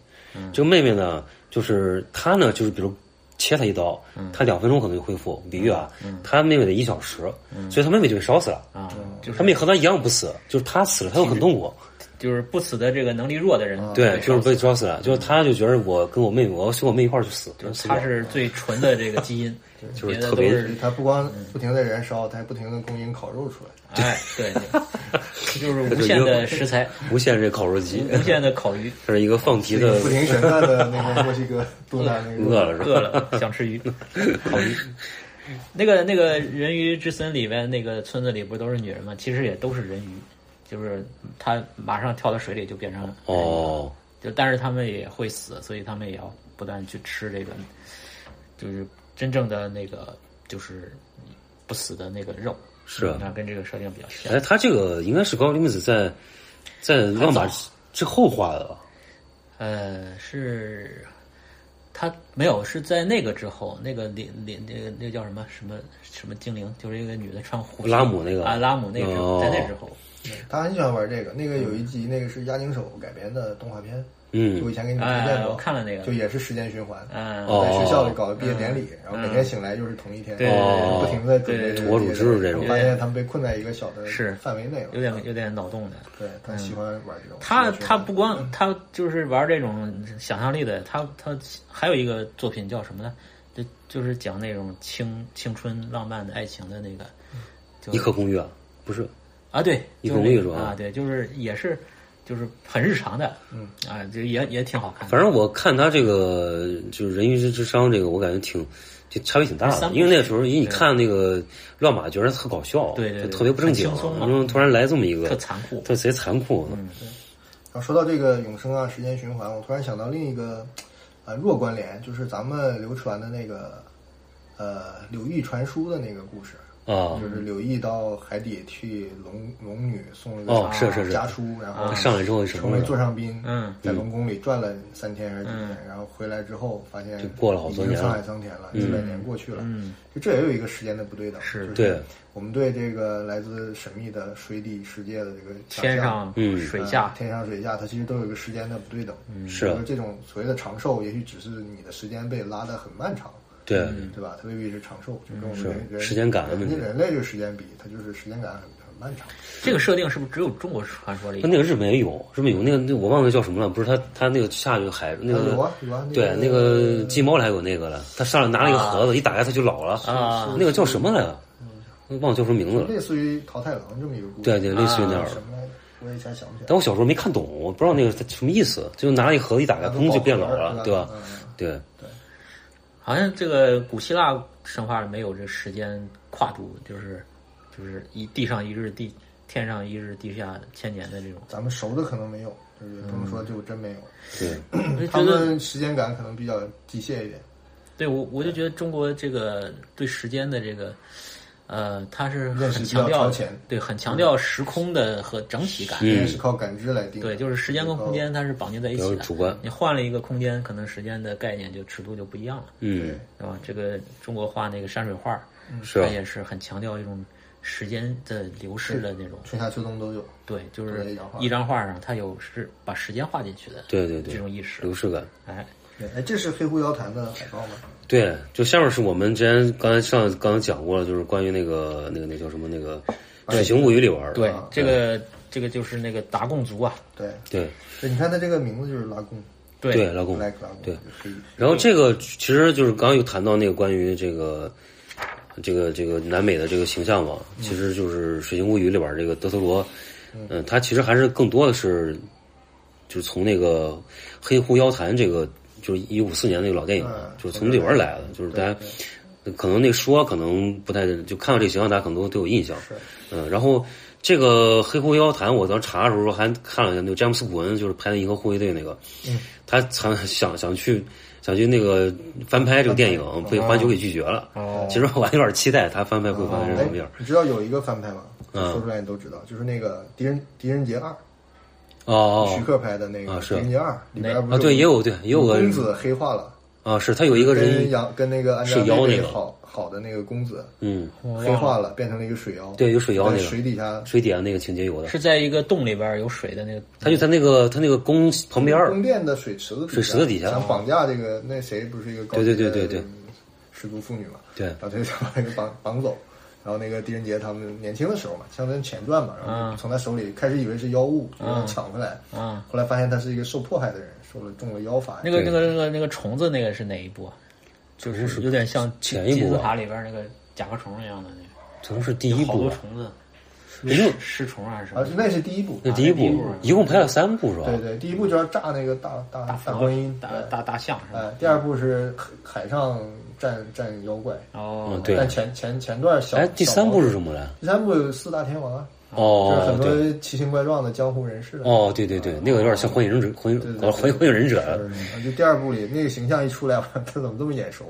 这个妹妹呢，就是她呢，就是比如切她一刀，她两分钟可能就恢复。比喻啊，她妹妹得一小嗯时，所以她妹妹就被烧死了。啊，就是她妹和她一样不死，就是她死了，她又很痛苦。就是不死的这个能力弱的人，对，就是被抓死了。嗯就是他就觉得我跟我妹妹，我要去我妹一块儿去死，就是他是最纯的这个基因，就是别的特都别是它不光嗯不停的燃烧，它还不停的供应烤肉出来。哎，对， 对就是无限的食材，无限这烤肉机， 无限的烤鱼，嗯这是一个放题的不停选 干的那个墨西哥东南那嗯饿个，了是饿吧？了 想吃鱼，烤鱼。那个那个《人鱼之森》里面那个村子里不都是女人吗？其实也都是人鱼，就是她马上跳到水里就变成了人鱼哦，就但是他们也会死，所以他们也要不断去吃这个，就是真正的那个就是不死的那个肉。是啊那跟这个设定比较像。哎，他这个应该是高丽妹子在在乱马之后画的吧？呃，是他没有是在那个之后，那个里里那个那个叫什么什么什么精灵，就是一个女的穿狐拉姆那个啊，拉姆那个之后，哦在那之后，他很喜欢玩这个。那个有一集，那个是押井守改编的动画片，就我嗯，以前给你们推荐哎，我过，看了那个，就也是时间循环，嗯，哦在学校里搞个毕业典礼，然后每天醒来又是同一天，对哦不停的准备对对对对对对发现他们被困在一个小的是范围内了，有点有点脑洞的。对他喜欢玩这种。他时间循环他不光他就是玩这种想象力的，他他还有一个作品叫什么呢？就就是讲那种青青春浪漫的爱情的那个，就一刻公寓啊，不是啊，对，一就是孔那玉是吧啊，对，就是也是就是很日常的，嗯啊，就也也挺好看的。反正我看他这个就是《人鱼之之殇》这个，我感觉挺就差别挺大三的，部曲因为那个时候，因为你看那个乱马，觉得特搞笑，对对对就特别不正经，啊很轻松嘛然后突然来这么一个特残酷特贼残酷，啊然后说到这个永生啊，时间循环，我突然想到另一个呃弱关联，就是咱们流传的那个呃柳毅传书的那个故事，嗯啊就，是柳毅到海底去龙龙女送了哦个是是是家书，然后上来之后是什成么为来着座上宾，嗯在龙宫里转了三天还是几天，然后回来之后发现就过了好多已年了经沧海桑田了，几百年过去了，嗯，就这也有一个时间的不对等，是就是对我们对这个来自神秘的水底世界的这个想天象上嗯水呃下，天上水下，它其实都有一个时间的不对等。嗯，是啊这种所谓的长寿，也许只是你的时间被拉得很漫长，对，嗯对吧？它未必是长寿，就跟我们人人时间感的人问家题人类这个时间比，它就是时间感很很漫长。这个设定是不是只有中国传说里那？那个日本也有，日本有那个那我忘了叫什么了，不是他他那个下去海那啊有个啊有啊，对那个金毛里还有那个了，他上来拿了一个盒子，一打开他就老了啊那个叫什么来着？忘了叫什么名字了类。似于桃太郎这么一个故事，对对，类似于那样的啊什。么来着？我也一下想不起来但。我小时候没看懂，我不知道那个它什么意思，就拿了一盒子一打开，拿个砰就宝变盒老了，对儿对吧吧？嗯对，好像这个古希腊神话里没有这时间跨度，就是就是一地上一日地。天上一日，地下千年的这种，咱们熟的可能没有，就是这么说就真没有。对，我就他觉得们时间感可能比较机械一点。对我，我就觉得中国这个对时间的这个，呃，它是认识很比强较调超前，嗯对，很强调时空的和整体感。嗯时间是靠感知来定的，嗯对，就是时间跟空间它是绑定在一比较起的。主观你换了一个空间，可能时间的概念就尺度就不一样了，嗯，对嗯吧？这个中国画那个山水画，是啊它也是很强调一种时间的流逝的那种。春夏秋冬都有。对，就对是一张画一张画上，它有是把时间画进去的。对对对这种意识流。逝感。哎，对，哎，这是黑狐妖坛的海报吗？对，就下面是我们之前刚才上刚才讲过了，就是关于那个那个那叫什么那个《水形物语》里玩的，啊啊对，这个这个就是那个达贡族啊，对，对对，你看他这个名字就是拉贡对对，老公。 ，Black 拉贡，对可以，然后这个其实就是刚刚有谈到那个关于这个这个这个南美的这个形象嘛，其实就是《水形物语》里边这个德特罗，嗯，他其实还是更多的是就是从那个黑狐妖坛这个就是一五四年那个老电影，嗯就是从里边来的，就是大家。可能那说可能不太，就看到这个形象，大家可能都都有印象。嗯，然后这个黑狐妖坛，我当时查的时候还看了一下，那个詹姆斯古恩就是拍的《银河护卫队》那个，他想 想想去想去那个翻拍这个电影，被环球给拒绝了。其实我还有点期待他翻拍会翻拍成什么样哎。你知道有一个翻拍吗？嗯说出来你都知道，就是那个《狄仁狄仁杰二》，哦徐哦克拍的那个啊《是狄仁杰二》里边不啊，是对，也有对也有个公子黑化了，啊，是他有一个跟人，杨跟那个安水妖那那个好好的那个公子嗯，黑化了，变成了一个水妖，对有水妖那个在水底下水底下啊那个情节有的，是在一个洞里边儿有水的那个他就在那个他那个宫旁边儿宫殿的水池子水池子底下想绑架这个那谁不是一个高级对的对对对对失足妇女嘛，对把她就把她给绑绑走，然后那个狄仁杰他们年轻的时候嘛，相当于前传嘛，嗯然后就从他手里开始以为是妖物，就让他抢回来，啊，后来发现他是一个受迫害的人，受了中了妖法。那个对那个那个那个虫子那个是哪一部啊？就是有点像前一部啊金字吧塔里边那个甲壳虫一样的那个，好像是第一好部多吧，虫子，一共尸虫还是什啊么？，那是第一部，那第一第一部部啊，一共拍了三部是吧？对对，第一部就要炸那个大大大大佛观音，大对大大象是吧？哎，第二部是海海上战战妖怪，哦嗯，对但前前前段小哎，第三部是什？么来？小第三部有四大天王啊，就是哦很，对，多奇形怪状的江湖人士啊。哦，对对对，嗯那个有点像《火影忍者》《火影对对对搞火影火影忍者》了，嗯，就第二部里那个形象一出来， 他怎么这么眼熟？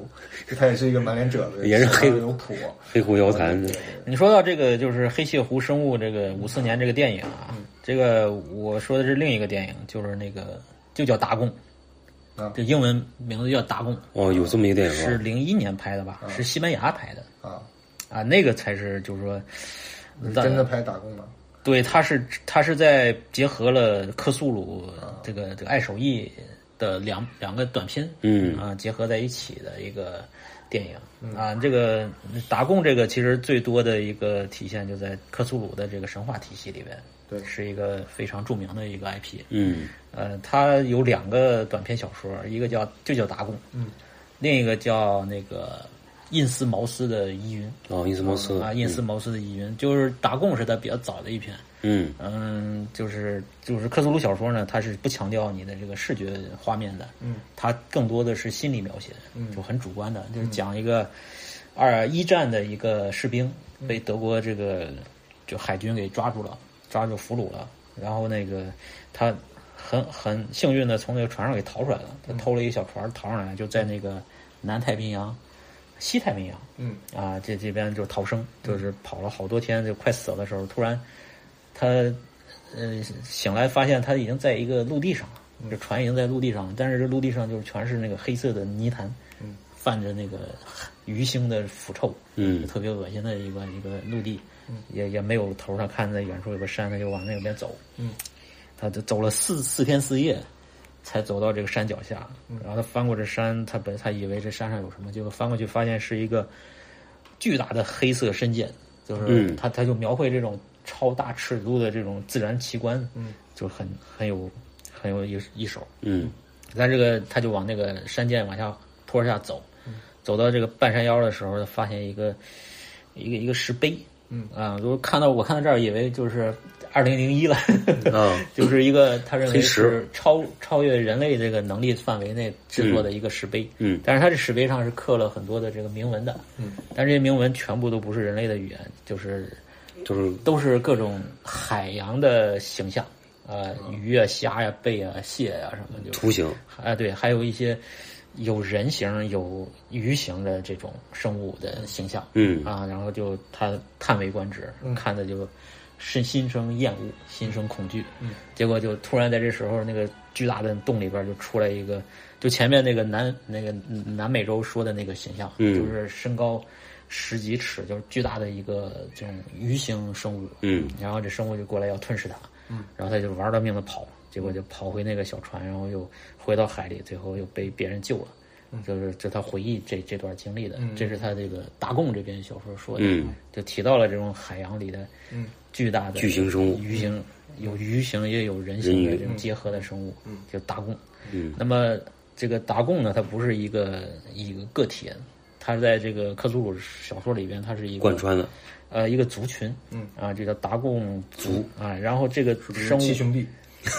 就他也是一个满脸褶子，也是黑手上有啊蹼。黑狐妖谭。你说到这个就是黑蟹湖生物这个五四年这个电影啊，这个我说的是另一个电影，就是那个就叫《达贡》，啊这英文名字叫《达贡》，哦，有这么一个电影是啊，零一年拍的吧？是西班牙拍的啊，啊，那个才是就是说，咱真的拍打工的，对，它是它是在结合了克苏鲁这个这个爱手艺的两两个短片，嗯啊结合在一起的一个电影啊。这个达贡这个其实最多的一个体现就在克苏鲁的这个神话体系里边，对是一个非常著名的一个 IP。嗯，呃，它有两个短篇小说，一个叫就叫达贡，嗯，另一个叫那个印斯茅斯的疑云哦，伊斯摩斯啊，印斯茅斯的疑云，就是达贡是他比较早的一篇。嗯，嗯，就是就是克苏鲁小说呢，它是不强调你的这个视觉画面的，嗯，它更多的是心理描写，就很主观的，嗯就是讲一个二一战的一个士兵嗯被德国这个就海军给抓住了，抓住俘虏了，然后那个他很很幸运的从那个船上给逃出来了，嗯他偷了一个小船逃上来，就在那个南太平洋、西太平洋，嗯啊，这这边就是逃生，就是跑了好多天，就快死了的时候，突然他呃醒来，发现他已经在一个陆地上了，这船已经在陆地上了，但是这陆地上就是全是那个黑色的泥潭，嗯泛着那个鱼腥的腐臭，嗯特别恶心的一个一个陆地，嗯也也没有头上看在远处有个山，他就往那边走，嗯，他就走了四四天四夜，才走到这个山脚下，嗯然后他翻过这山，他本他以为这山上有什么，结果翻过去发现是一个巨大的黑色深涧，就是嗯他他就描绘这种超大尺度的这种自然奇观，嗯，就很很有很有一一手，嗯他这个他就往那个山涧往下坡下走，嗯走到这个半山腰的时候，他发现一个一个一个石碑，嗯啊，如果看到我看到这儿，以为就是二零零一了，啊， 就是一个他认为黑石是超超越人类这个能力范围内制作的一个石碑，嗯但是它这石碑上是刻了很多的这个铭文的，嗯，但这些铭文全部都不是人类的语言，就是嗯就是都是各种海洋的形象，呃，哦鱼啊、虾呀、贝啊、蟹呀、什么，就是图形，啊，对，还有一些有人形、有鱼形的这种生物的形象，嗯啊，然后就他叹为观止，看的就身心生厌恶，心生恐惧，嗯，结果就突然在这时候，那个巨大的洞里边就出来一个，就前面那个南那个南美洲说的那个形象，嗯就是身高十几尺，就是巨大的一个这种鱼形生物，嗯然后这生物就过来要吞噬它，嗯，然后他就玩了命的跑，嗯结果就跑回那个小船，然后又回到海里，最后又被别人救了。嗯就是就他回忆这这段经历的，这是他这个达贡这篇小说说的，嗯就提到了这种海洋里的巨大的巨型生物鱼形有鱼形也有人形的这种结合的生物，就达贡。嗯那么这个达贡呢，它不是一个一个个体，它在这个克苏鲁小说里边，它是一个贯穿的，呃一个族群，嗯啊，这叫达贡族啊。然后这个生七物兄弟，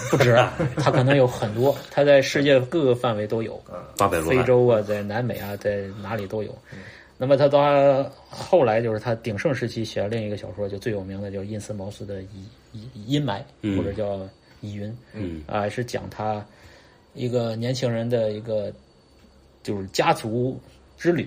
不止，啊它可能有很多，它在世界各个范围都有，八百罗非汉，洲啊，在南美啊，在哪里都有。那么他到他后来就是他鼎盛时期写了另一个小说，就最有名的叫《印斯茅斯的阴阴阴霾》，嗯或者叫《疑云》。嗯啊，是讲他一个年轻人的一个就是家族之旅，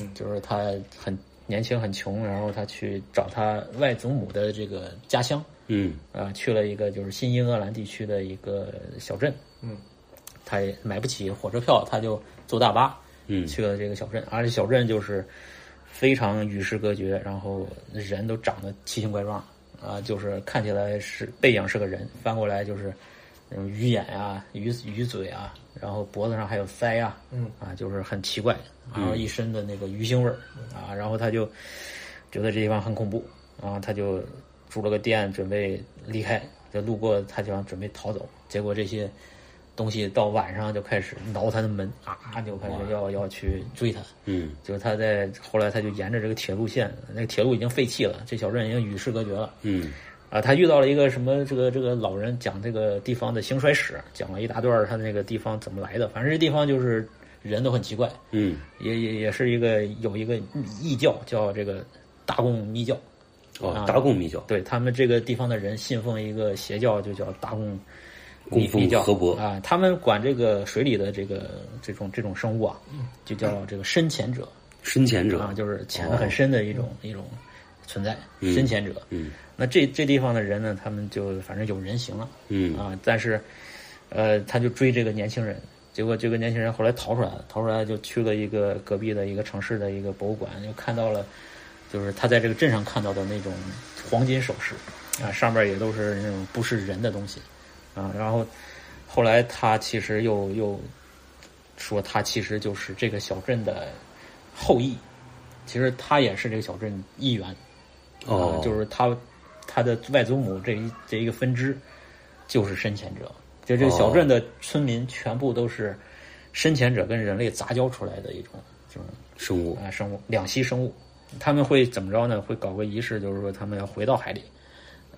嗯就是他很年轻很穷，然后他去找他外祖母的这个家乡，嗯啊，去了一个就是新英格兰地区的一个小镇，嗯，他也买不起火车票，他就坐大巴，嗯去了这个小镇，而且小镇就是非常与世隔绝，然后人都长得奇形怪状，啊，就是看起来是背影是个人，翻过来就是那种鱼眼啊、鱼鱼嘴啊，然后脖子上还有腮啊，嗯啊，就是很奇怪，然后一身的那个鱼腥味儿啊，然后他就。觉得这地方很恐怖，然后他就住了个店，准备离开，就路过他就想准备逃走，结果这些东西到晚上就开始挠他的门啊，就开始要要去追他，嗯，就是他在后来他就沿着这个铁路线，那个铁路已经废弃了，这小镇已经与世隔绝了，嗯，啊，他遇到了一个什么这个这个老人讲这个地方的兴衰史，讲了一大段儿他那个地方怎么来的，反正这地方就是人都很奇怪，嗯，也也也是一个有一个异教叫这个大贡密教，啊哦，达贡密教，对他们这个地方的人信奉一个邪教，就叫大贡供密奉密教河伯啊，他们管这个水里的这个这种这种生物啊，就叫这个深潜者深潜嗯者哦啊，，就是潜得很深的一种一种存在，嗯深潜者。嗯那这这地方的人呢，他们就反正有人形了嗯啊，但是，呃，他就追这个年轻人，结果这个年轻人后来逃出来了，逃出来就去了一个隔壁的一个城市的一个博物馆，就看到了，就是他在这个镇上看到的那种黄金首饰啊，上面也都是那种不是人的东西啊，然后后来他其实又又说他其实就是这个小镇的后裔，其实他也是这个小镇一员。哦啊，就是他他的外祖母这一这一个分支就是深潜者，就这个小镇的村民全部都是深潜者跟人类杂交出来的一种这种生物，啊生物两栖生物，他们会怎么着呢？会搞个仪式，就是说他们要回到海里，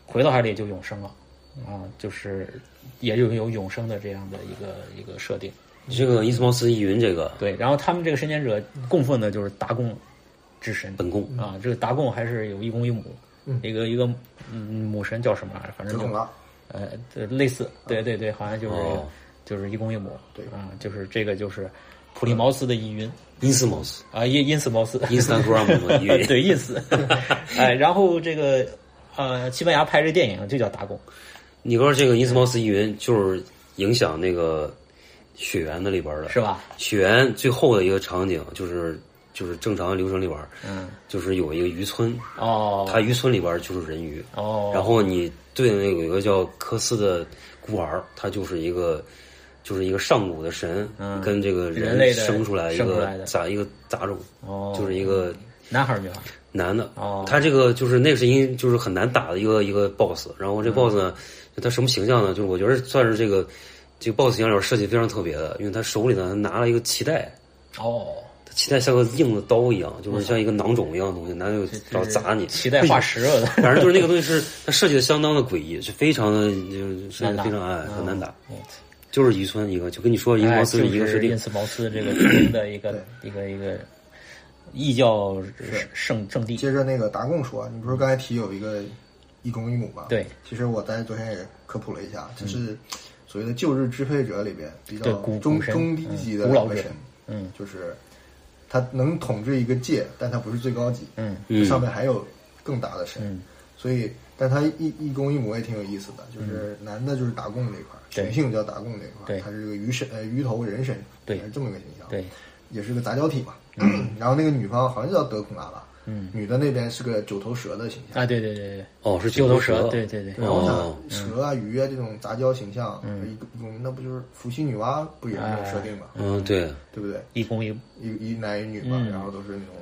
回到海里就永生了啊，就是也有有永生的这样的一个一个设定。这个伊斯茅斯易云这个对，然后他们这个深潜者供奉的就是达贡之神，本贡，啊，这个达贡还是有一公一母，一个一个嗯母神叫什么玩意儿？反子正贡就拉，呃对类似，对对对，好像就是、啊哦就是一公一母，对啊，就是这个就是普利茅斯的疑云伊斯茅斯啊，因因斯茅斯， ，Instagram 的易云， 对因斯，哎，然后这个呃西班牙拍这电影就叫达贡，你说这个伊斯茅斯易云就是影响那个血缘的里边的，是？吧？血缘最后的一个场景就是就是正常流程里边，嗯，就是有一个渔村，哦，它渔村里边就是人鱼，哦，然后你对那个有一个叫科斯的孤儿，他就是一个就是一个上古的神，嗯跟这个人类的生出来一生出个来的杂一个杂种，哦就是一个男孩儿女孩儿，男的。哦他这个就是那是因就是很难打的一个一个 boss，然嗯后这 boss 呢，就他什么形象呢？就是我觉得算是这个这个 boss 形象里边设计非常特别的，因为他手里呢他拿了一个脐带。哦，他脐带像个硬的刀一样，嗯就是像一个囊肿一样的东西，拿那个找砸你。脐带化石了的，反正就是那个东西是它设计的相当的诡异，是非常的就是设计难的打非常哎很难打，嗯就是渔村一个，就跟你说一个哎茅就斯是一个是另因此茅斯这个著名的一个一个一个异教圣圣地，接着那个达贡说，你不是刚才提有一个一公一母吗？对，嗯其实我在昨天也科普了一下，就是所谓的旧日支配者里边比对较古中古神中低级的嗯古老两个者神，嗯就是他能统治一个界，但他不是最高级，嗯嗯上面还有更大的神，嗯所以，但他一一公一母也挺有意思的，就是男的就是达贡这一块儿，对雄性叫达贡这一块对儿，他是个鱼神呃鱼头人身，对是这么个形象，对，嗯也是个杂交体嘛。 然后那个女方好像叫德孔拉吧，嗯，女的那边是个九头蛇的形象，啊，对对对对，哦是九头蛇，对对对，然后哦嗯呢，蛇啊鱼啊这种杂交形象，一个一公那不就是伏羲女娲不也是这哎种设定嘛，嗯对对不对？一公一一一男一女嘛，嗯然后都是那种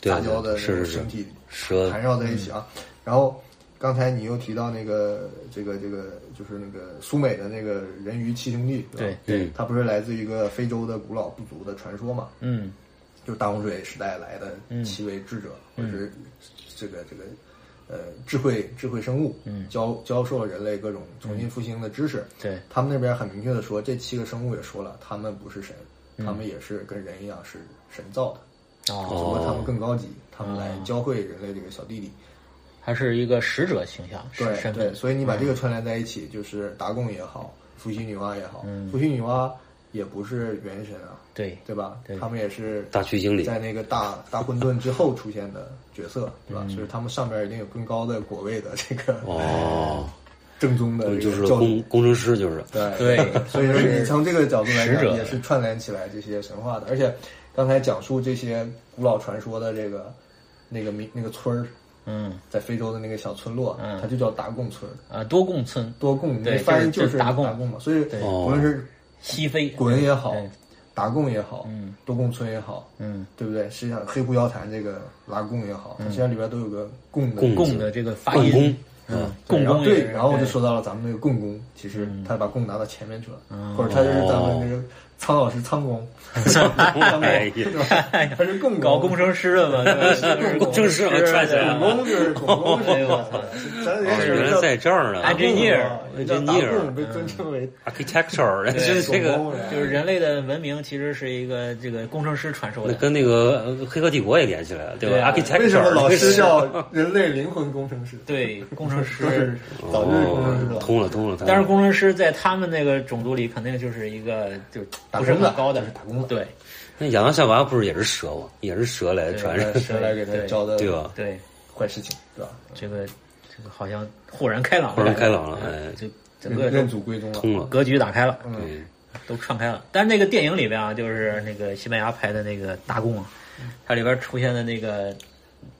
对杂交对的那是是种嗯是身体蛇缠绕在一起啊。然后刚才你又提到那个这个这个就是那个苏美的那个人鱼七兄弟，吧对对它不是来自一个非洲的古老部族的传说嘛？嗯就是大洪水时代来的七位智者，或者是这个这个呃智慧智慧生物，教教授了人类各种重新复兴的知识。对他们那边很明确的说，这七个生物也说了，他们不是神，他们也是跟人一样是神造的，只不哦，过他们更高级，他们来教会人类这个小弟弟。哦还是一个使者形象，是对身对，份，所以你把这嗯个串联在一起，就是达贡也好，伏羲女娲也好，嗯伏羲女娲也不是元神啊，对对吧对？他们也是大区经理在那个大大混沌之后出现的角色，对吧？所以他们上边一定有更高的果位的这个嗯哦， 正宗的嗯就这是个教主工。工程师就是对对， 所以说你从这个角度来使者讲，也是串联起来这些神话的，而且刚才讲述这些古老传说的这个那个民那个村儿，嗯在非洲的那个小村落，嗯它就叫达贡村。啊，多贡村多贡，对那翻译就是是达达贡哦嘛。所以对无论是西非滚也好对，达贡也好，嗯，多贡村也好，嗯，对不对？实际上黑部妖坛这个拉贡也好，它实际上里边都有个贡的嗯贡贡的这个发共工音，嗯，共然后工对也，是嗯然后我就说到了咱们那个共工，其实他把共拿到前面去了，哦或者他就是咱们那个苍老师 苍工，苍工，哎呀对吧？ 他是共搞工工程师的嘛， 对吧正式串起来啊拱了。工就是拱工是谁嘛？咱哦，这事原儿来叫哦在这儿呢。哎这 engineer，叫达 engineer 贡被嗯尊称为 architecture，就是这拱个，工人就是人类的文明其实是一个这个工程师传授那的。跟那个呃黑客帝国也连起来了，对对吧啊？architecture 为什么老师叫人类灵魂工程师？对，工程都是师。早就是工程师哦了。通了通了，通了但是工程师在他们那个种族里，肯定就是一个就是打不是工的很高的就是打工的对那亚当夏娃不是也是蛇吗？也是蛇来传来人，呃谁来给他招的对吧？对，坏事情，对吧？这个这个好像豁然开朗了，豁然开朗了哎就整个认认祖归宗了。通了，嗯格局打开了，对，都串开了。但是那个电影里边啊，就是那个西班牙拍的那个《大贡》啊，它里边出现的那个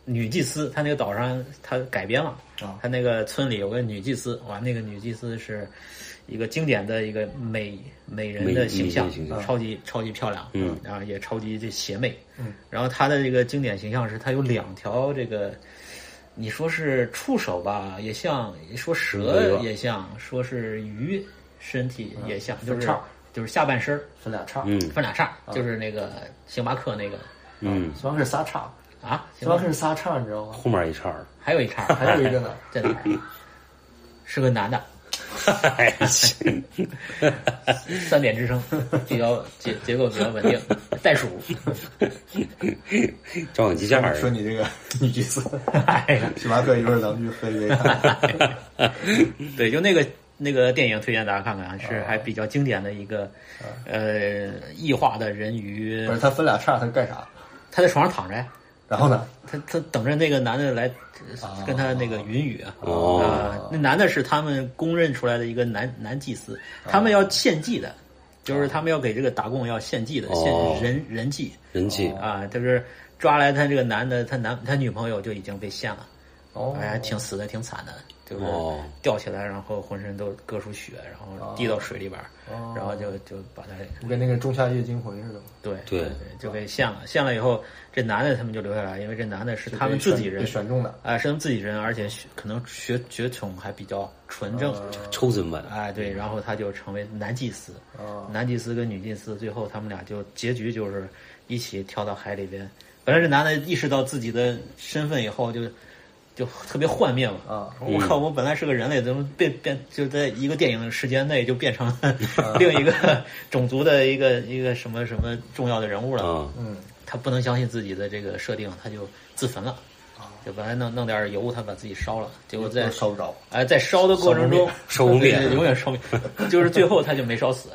女祭司，她那个岛上她改编了啊，她那个村里有个女祭司，哇，那个女祭司是一个经典的一个美美人的美形象美人形，象超级超级漂亮，嗯，然后也超级这邪魅，嗯，然后她的这个经典形象是她有两条这个。你说是触手吧，也像；说嗯对蛇吧也像；说是鱼，身体也像，啊分就是叉啊就是下半身儿分俩叉，嗯分俩叉，就是那个星巴克那个嗯，主要是仨叉，啊，主星巴要克是仨叉，你知道吗？后面一叉 儿，还有一叉，还有一个呢， 在哪儿？是个男的，哎 行三点 支撑，比较结结构比较稳定，袋鼠。照相机架 儿，说你这个女祭司，哎呀 星巴克一会儿咱们去喝一 杯看看。对，就那个那个电影推荐大家看看啊，是还比较经典的一个，呃，异化的人鱼啊不，是他分俩叉，他干啥？他在床上躺着呀，然后呢？他他等着那个男的来哦跟他那个云雨啊，哦啊那男的是他们公认出来的一个男男祭司，哦他们要献祭的，就是他们要给这个打贡要献祭的，哦献人人祭人气啊，就是抓来他这个男的，他男他女朋友就已经被献了，哦，哎，挺死的，挺惨的，就是哦吊起来，然后浑身都割出血，然后滴到水里边儿，哦然后就就把他不跟那个《仲夏夜惊魂》似的吗？对对对就给献了，献了以后，这男的他们就留下来，因为这男的是就他们被选自己人被选中的，啊，是他们自己人，而且血可能血血统还比较纯正，抽怎么办？哎，对，然后他就成为男祭司，哦男祭司跟女祭司最后他们俩就结局就是一起跳到海里边。本来这男的意识到自己的身份以后就就特别幻灭嘛，啊说我靠，我本来是个人类，怎么变变就在一个电影时间内就变成了另一个种族的一个一个什么什么重要的人物了？啊，嗯，他不能相信自己的这个设定，他就自焚了。就本来弄弄点油，他把自己烧了，结果在哦烧不着，哎在烧的过程中烧不灭对永远烧不灭，就是最后他就没烧 死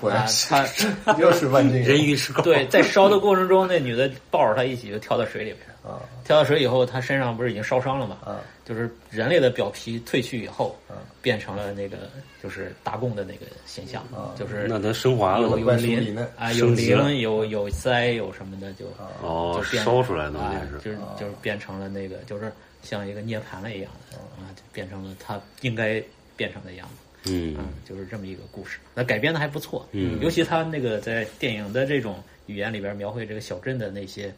果啊然是，他 又是万金油人鱼吃狗，对在烧的过程中，那女的抱着他一起就跳到水里面，啊跳到水以后，他身上不是已经烧伤了嘛？嗯啊，就是人类的表皮褪去以后，变成了那个就是达贡的那个形象，就是 嗯那它升华有了有怪兽理鳞论啊，有升级了鳞有有腮有什么的就哦就，变烧出来的啊那，就是是就是变成了那个，就是像一个涅槃了一样的啊，就变成了他应该变成的样子，嗯嗯，就是这么一个故事。那改编的还不错，嗯尤其他那个在电影的这种语言里边描绘这个小镇的那些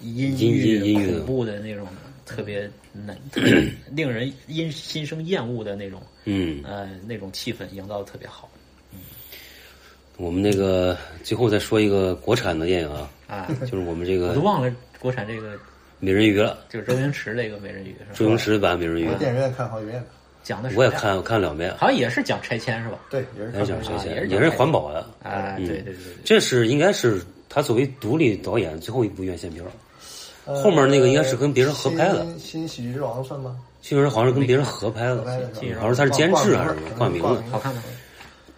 阴阴郁、阴郁的嗯恐怖的那种，特别 难、特别令人因心生厌恶的那种，嗯，呃，那种气氛营造的特别好我们那个最后再说一个国产的电影啊，啊。就是我们这我都个忘了国产这个美人鱼了，就是周星驰这个美人鱼是吧？周星驰版美人鱼，电影院看好几遍了，讲的是我也啥看我看了两遍，好像也是讲拆迁是吧？对，也是也是看讲好拆几遍啊也是迁，也讲是拆环保的，啊，对对对对，这是应该是他作为独立导演最后一部院线片儿。后面那个应该是跟别人合拍的呃新新喜剧之王算吗？新人好像是跟别人合拍合拍的的，是吧好像嗯他是监制还是挂挂名挂的名。好看吗？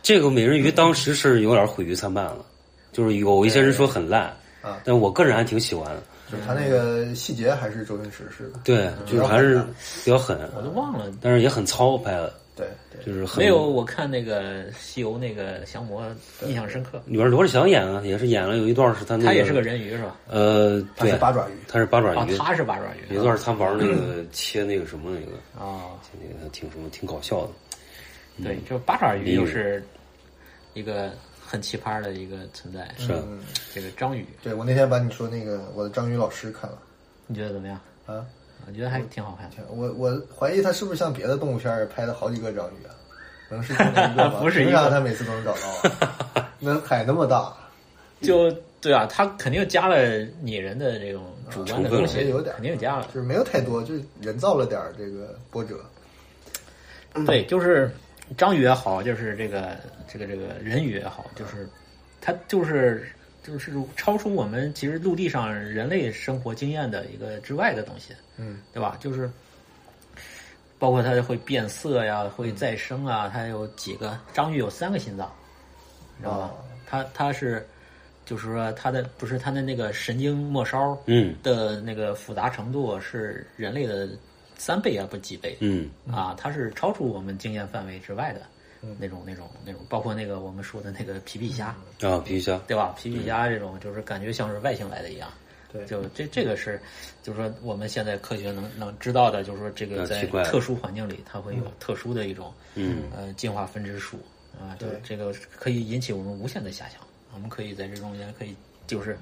这个美人鱼当时是有点毁誉参半了，就是有一些人说很烂啊，但我个人还挺喜欢的。就是他那个细节还是周星驰式的，对，就是还是比较狠，我都忘了。但是也很糙拍的，对对，就是很没有，我看那个西游那个降魔，印象深刻。里边罗志祥演啊，也是演了有一段是他那他也是个人鱼是吧？呃，他对是，八爪鱼，他是八爪啊鱼，，他是八爪鱼有一段他玩那个切那个什么那个，啊。那个挺什么挺搞笑的。对，就八爪鱼又是一个很奇葩的一个存在。嗯是吧？这个张宇，对我那天把你说那个我的张宇老师看了你觉得怎么样？啊，我觉得还挺好看的。天我我怀疑他是不是像别的动物片儿拍了好几个章鱼啊？能是同一个吗？ 不是一凭个啥他每次都能找到 啊？那海那么大，就对啊，他肯定加了拟人的这种主观的成分东了西，也有点儿肯定加了就。是没有太多，就是人造了点儿这个波折。嗯对，就是章鱼也好，就是这个这个这个人鱼也好，就是它就是就是超出我们其实陆地上人类生活经验的一个之外的东西，嗯，对吧？就是包括它会变色呀，嗯会再生啊，它有几个章鱼有三个心脏，知道吧哦？它它是就是说它的不是它的那个神经末梢嗯的那个复杂程度是人类的三倍啊，不几倍，嗯啊，它是超出我们经验范围之外的嗯那种、那种、那种，包括那个我们说的那个皮皮虾，啊，皮皮虾，对吧？皮皮虾这种就是感觉像是外星来的一样。对就这这个是，就是说我们现在科学能能知道的，就是说这个啊在奇怪特殊环境里，它会有特殊的一种嗯呃进化分支属啊，就对这个可以引起我们无限的遐想。我们可以在这中间可以就是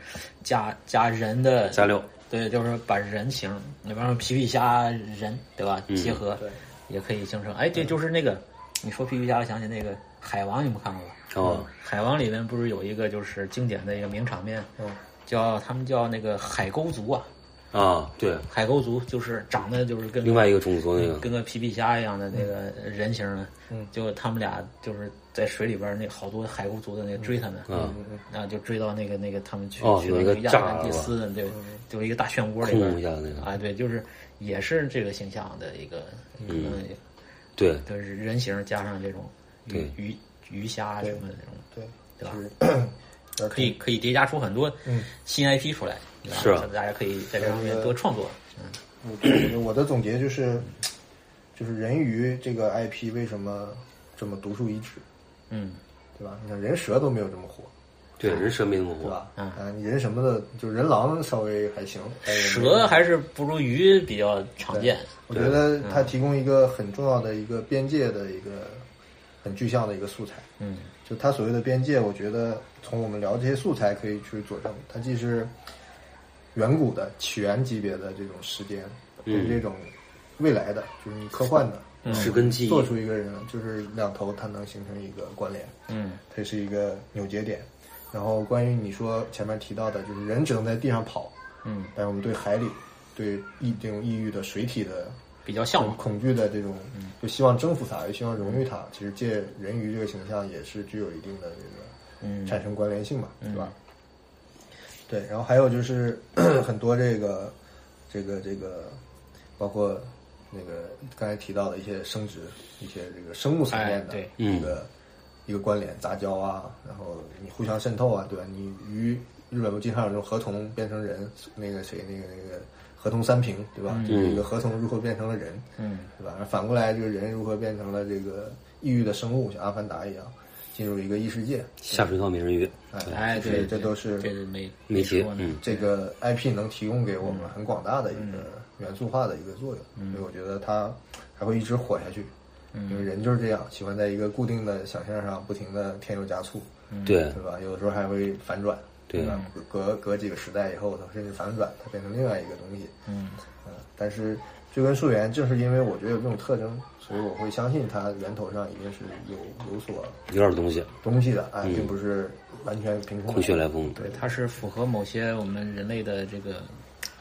加加人的加料，对，就是把人形，你比方说皮皮虾人，对吧？结合、对也可以形成。哎，对，就是那个你说皮皮虾，我想起那个海王，你们看过吧？哦，海王里面不是有一个就是经典的一个名场面，嗯叫他们叫那个海沟族啊，啊，对，海沟族就是长得就是跟另外一个种族那个跟个皮皮虾一样的那个人形的，嗯就他们俩就是在水里边儿那好多海沟族的那个追他们，啊，嗯然后就追到那个那个他们去、哦去有那一个亚特栅兰蒂栏吧斯，嗯对，就是一个大漩涡里空边儿一下那个，啊，对，就是也是这个形象的一个，嗯，对，就是人形加上这种对鱼鱼鱼虾啊什么的这种，对，对吧？就是嗯可以可以叠加出很多新 IP 出来，对吧是啊大家可以在这方面多创作。嗯，我我我的总结就是，就是人鱼这个 IP 为什么这么独树一帜，嗯，对吧？你看人蛇都没有这么火，对，人蛇没那么对火，吧？啊，你人什么的，就人狼稍微还行，但是人蛇还是不如鱼比较常见。我觉得它提供一个很重要的一个边界的一个很具象的一个素材。嗯，就它所谓的边界，我觉得从我们聊这些素材可以去佐证，它既是远古的起源级别的这种时间，跟这种未来的，就是你科幻的，嗯嗯是跟记忆做出一个人，就是两头它能形成一个关联，嗯，它是一个扭结点。然后关于你说前面提到的，就是人只能在地上跑，嗯，但是我们对海里、对异这种异域的水体的比较向往。恐惧的这种，嗯就希望征服它，也希望荣誉它。其实借人鱼这个形象也是具有一定的这嗯个产生关联性嘛，对吧？对，然后还有就是 很多这个这个这个，包括那个刚才提到的一些生殖、一些这个生物层哎面的对嗯一个、一个关联，杂交啊，然后你互相渗透啊，对吧？你鱼日本不经常有这种河童变成人，那个谁那个那个河童三平，对吧？就是一个河童如何变成了人，嗯，对吧？反过来就是人如何变成了这个异域的生物，像阿凡达一样进入一个异世界，下水道美人鱼，哎，就是对，这都是这是没没说提，呢。嗯，这个 IP 能提供给我嗯们很广大的一个元素化的一个作用，所以我觉得它还会一直火下去。嗯因为人就是这样，喜欢在一个固定的想象上不停的添油加醋，嗯对对吧？有的时候还会反转，嗯对吧？隔隔几个时代以后，它甚至反转，它变成另外一个东西。嗯，但是追根溯源，正是因为我觉得有这种特征，所以我会相信它源头上一定是有有所有点东西，东西的啊，并不是完全凭空嗯空穴的。来风，对，它是符合某些我们人类的这个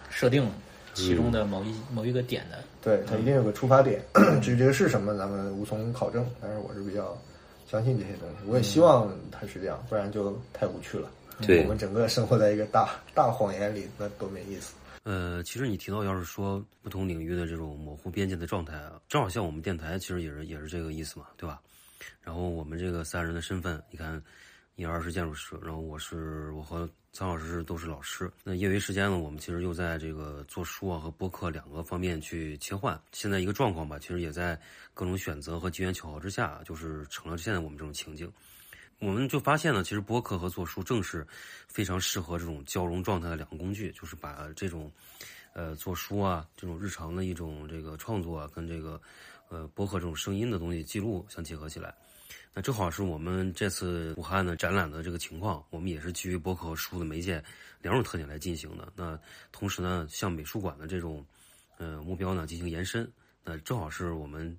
设定其中的某一、某一个点的。对，它一定有个出发点，嗯 至于这个是什么，咱们无从考证。但是我是比较相信这些东西，我也希望它是这样，不然就太无趣了。对我们整个生活在一个大大谎言里，那多没意思。呃，其实你提到，要是说不同领域的这种模糊边界的状态啊，正好像我们电台其实也是也是这个意思嘛，对吧？然后我们这个三人的身份，你看，叶二是建筑师，然后我是我和苍老师是都是老师。那业余时间呢，我们其实又在这个做书啊和播客两个方面去切换。现在一个状况吧，其实也在各种选择和机缘巧合之下，就是成了现在我们这种情境。我们就发现呢，其实播客和做书正是非常适合这种交融状态的两个工具，就是把这种，呃，做书啊这种日常的一种这个创作啊，跟这个呃播客这种声音的东西记录相结合起来。那正好是我们这次武汉的展览的这个情况，我们也是基于博客和书的媒介两种特点来进行的。那同时呢，向美术馆的这种呃目标呢进行延伸。那正好是我们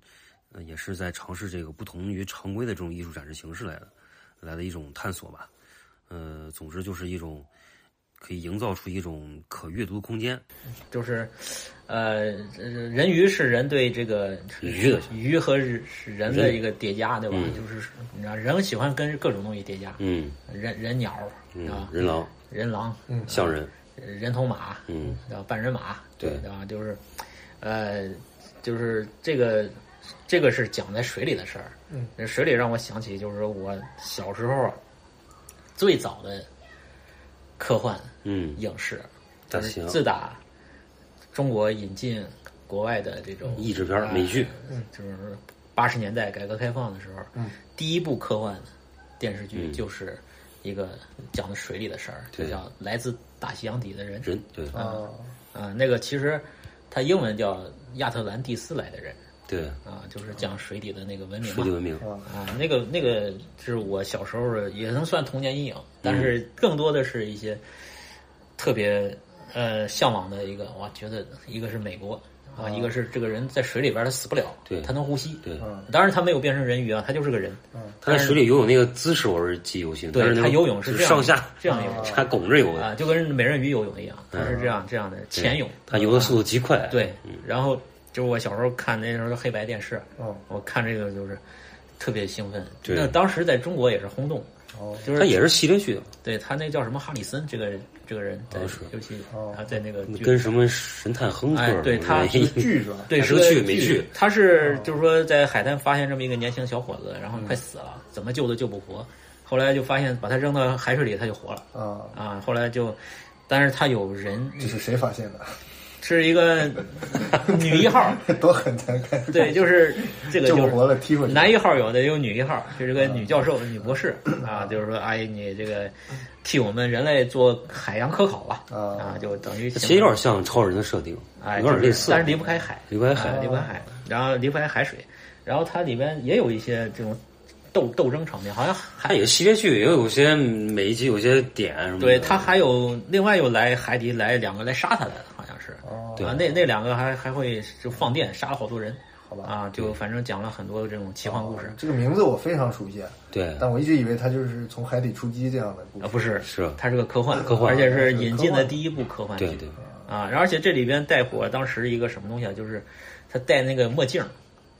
呃也是在尝试这个不同于常规的这种艺术展示形式来的来的一种探索吧。呃，总之就是一种可以营造出一种可阅读空间。就是，呃，人鱼是人对这个鱼的鱼和人人的一个叠加，对吧？就是你知道，人喜欢跟各种东西叠加，嗯人人鸟嗯啊，，人狼、人狼，象人，人头马，嗯，对吧？半人马，对对吧？就是，呃，就是这个，这个是讲在水里的事儿。嗯，水里让我想起，就是我小时候最早的科幻嗯，影视，大就是西洋自打中国引进国外的这种译制片儿美剧，呃就是八十年代改革开放的时候，嗯第一部科幻电视剧嗯就是一个讲的水里的事儿，就对叫《来自大西洋底的人》。人对啊，啊，那个其实它英文叫亚特兰蒂斯来的人对，啊，就是讲水底的那个文明水底嘛。文明，啊，那个那个是我小时候的，也能算童年阴影，但是嗯更多的是一些特别呃向往的一个，我觉得一个是美国啊，一个是这个人在水里边儿他死不了，对他能呼吸，对，嗯当然他没有变成人鱼啊，他就是个人，他在水里游泳那个姿势我是记忆犹新，但对是那他个游泳是就这是样上的下这样游的 还拱着游的，啊，就跟美人鱼游泳一样，他是这啊样这样的潜泳，啊他游的速度极快，对，然后就是我小时候看那时候的黑白电视，哦我看这个就是特别兴奋。对那当时在中国也是轰动，哦就是他也是系列剧，对他那叫什么哈里森这个这个人在哦是尤其哦他在那个剧跟什么神探亨特哎什么的，对他一剧是吧？对他是是个个剧美剧他是就是说在海滩发现这么一个年轻小伙子，然后快死了，怎么救都救不活，后来就发现把他扔到海水里他就活了啊，啊，后来就。但是他有人这是谁发现的？ 是一 个女一号，多狠才看，对，就是这个救就不是活了，踢回去。男一号有的，有女一号，就是啊个女教授、女博士 啊，就是说，哎，你这个替我们人类做海洋科考吧，啊啊，就等于其实有点像超人的设定，哎，有就点是类似，但是离不开海，离不开海啊离不开海，然后离不开海水，然后它里边也有一些这种斗斗争场面，好像还它也系列剧，也有些每一集有些点什么的，嗯对他还有另外又来海底来两个来杀他来了，好像是，哦，啊，那那两个还还会就放电杀了好多人，好吧啊，就反正讲了很多这种奇幻故事嗯这个名字我非常熟悉，啊对但我一直以为它就是从海底出击这样的故事啊，不是是它是个科幻，科幻而且是引进的第一部科幻剧，对对啊，然后而且这里边带火当时一个什么东西啊，就是他戴那个墨镜儿，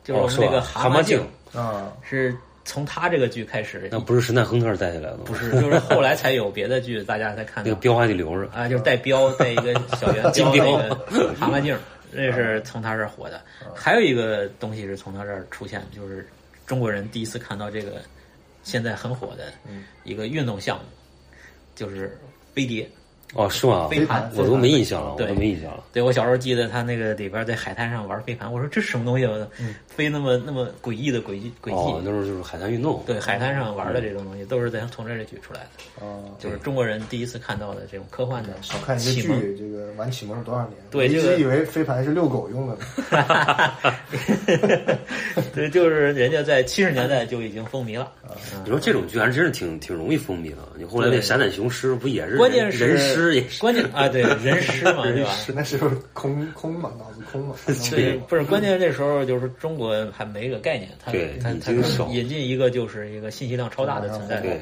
就是我哦们是那个吧？蛤蟆镜儿，镜啊，是从他这个剧开始，那不是神探亨特带起来的吗，不是，就是后来才有别的剧，大家才看那到个标还得留着，啊，就是带标，带一个小圆金标标那 个蛤蟆镜儿，那是从他这儿火的。啊还有一个东西是从他这儿出现的，就是中国人第一次看到这个现在很火的嗯一个运动项目，就是飞碟。哦是吗？飞盘我都没印象了，我对都没印象了，对我小时候记得他那个里边在海滩上玩飞盘，我说这是什么东西啊？飞那么那么诡异的轨迹轨哦，迹。那时候就是海滩运动，对，海滩上玩的这种东西，都是在从这里举出来的， 哦，就是中国人第一次看到的这种科幻的少看一个启蒙。剧，这个晚启蒙了多少年？对我一这个直以为飞盘是遛 狗用的呢。 对，就是人家在七十年代就已经风靡了。你说这种剧还真是挺挺容易风靡的。你后来那对《闪展雄狮》不也是关键是人狮也是关键啊，对人师嘛，对 吧？那时候空空嘛，脑子 空嘛，哎对，不是关键，那时候就是中国还没个概念，它对它已它经少啊引进一个就是一个信息量超大的存在，对，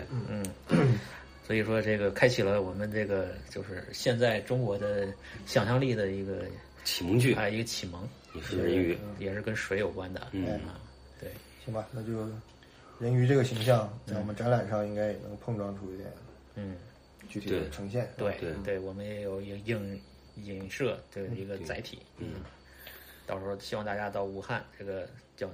嗯，所以说这个开启了我们这个就是现在中国的想象力的一个启蒙剧啊一个启蒙，也是人鱼，也是跟水有关的，嗯啊，对，行吧，那就人鱼这个形象在我们展览上应该也能碰撞出一点嗯，具体的呈现。对对对，我们也有影影影射的一个载体，嗯，到时候希望大家到武汉这个叫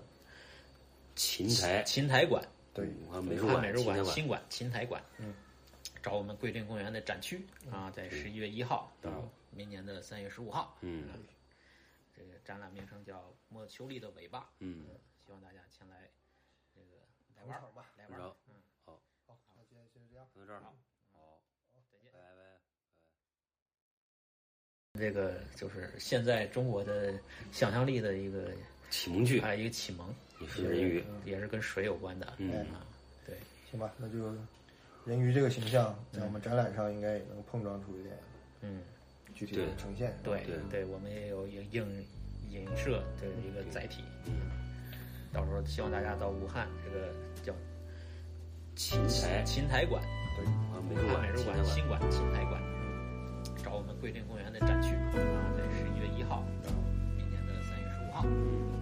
琴台琴台馆。对武汉美术武汉馆，美术琴台馆、馆，新馆、琴台馆，嗯，找我们桂林公园的展区啊，在十一月一号到明年的三月十五号，嗯这个展览名称叫《莫秋丽的尾巴》，嗯，希望大家前来这个来玩儿捧场吧来嗯然玩儿。后好，那今天先这样。哦到这儿好，好，再见，拜拜。这个就是现在中国的想象力的一个啊启蒙剧，还有一个启蒙，也是人鱼，也是跟水有关的。嗯，啊，对，哎行吧，那就人鱼这个形象在我们展览上应该也能碰撞出一点嗯，具体的呈现。对对对，我们也有影影影射这是一个载体。嗯到时候希望大家到武汉这个叫琴台琴台馆、对，啊，美武术汉馆，美术琴馆、台新馆、琴台馆，找我们桂林公园的展区啊，在十一月一号到明年的三月十五号。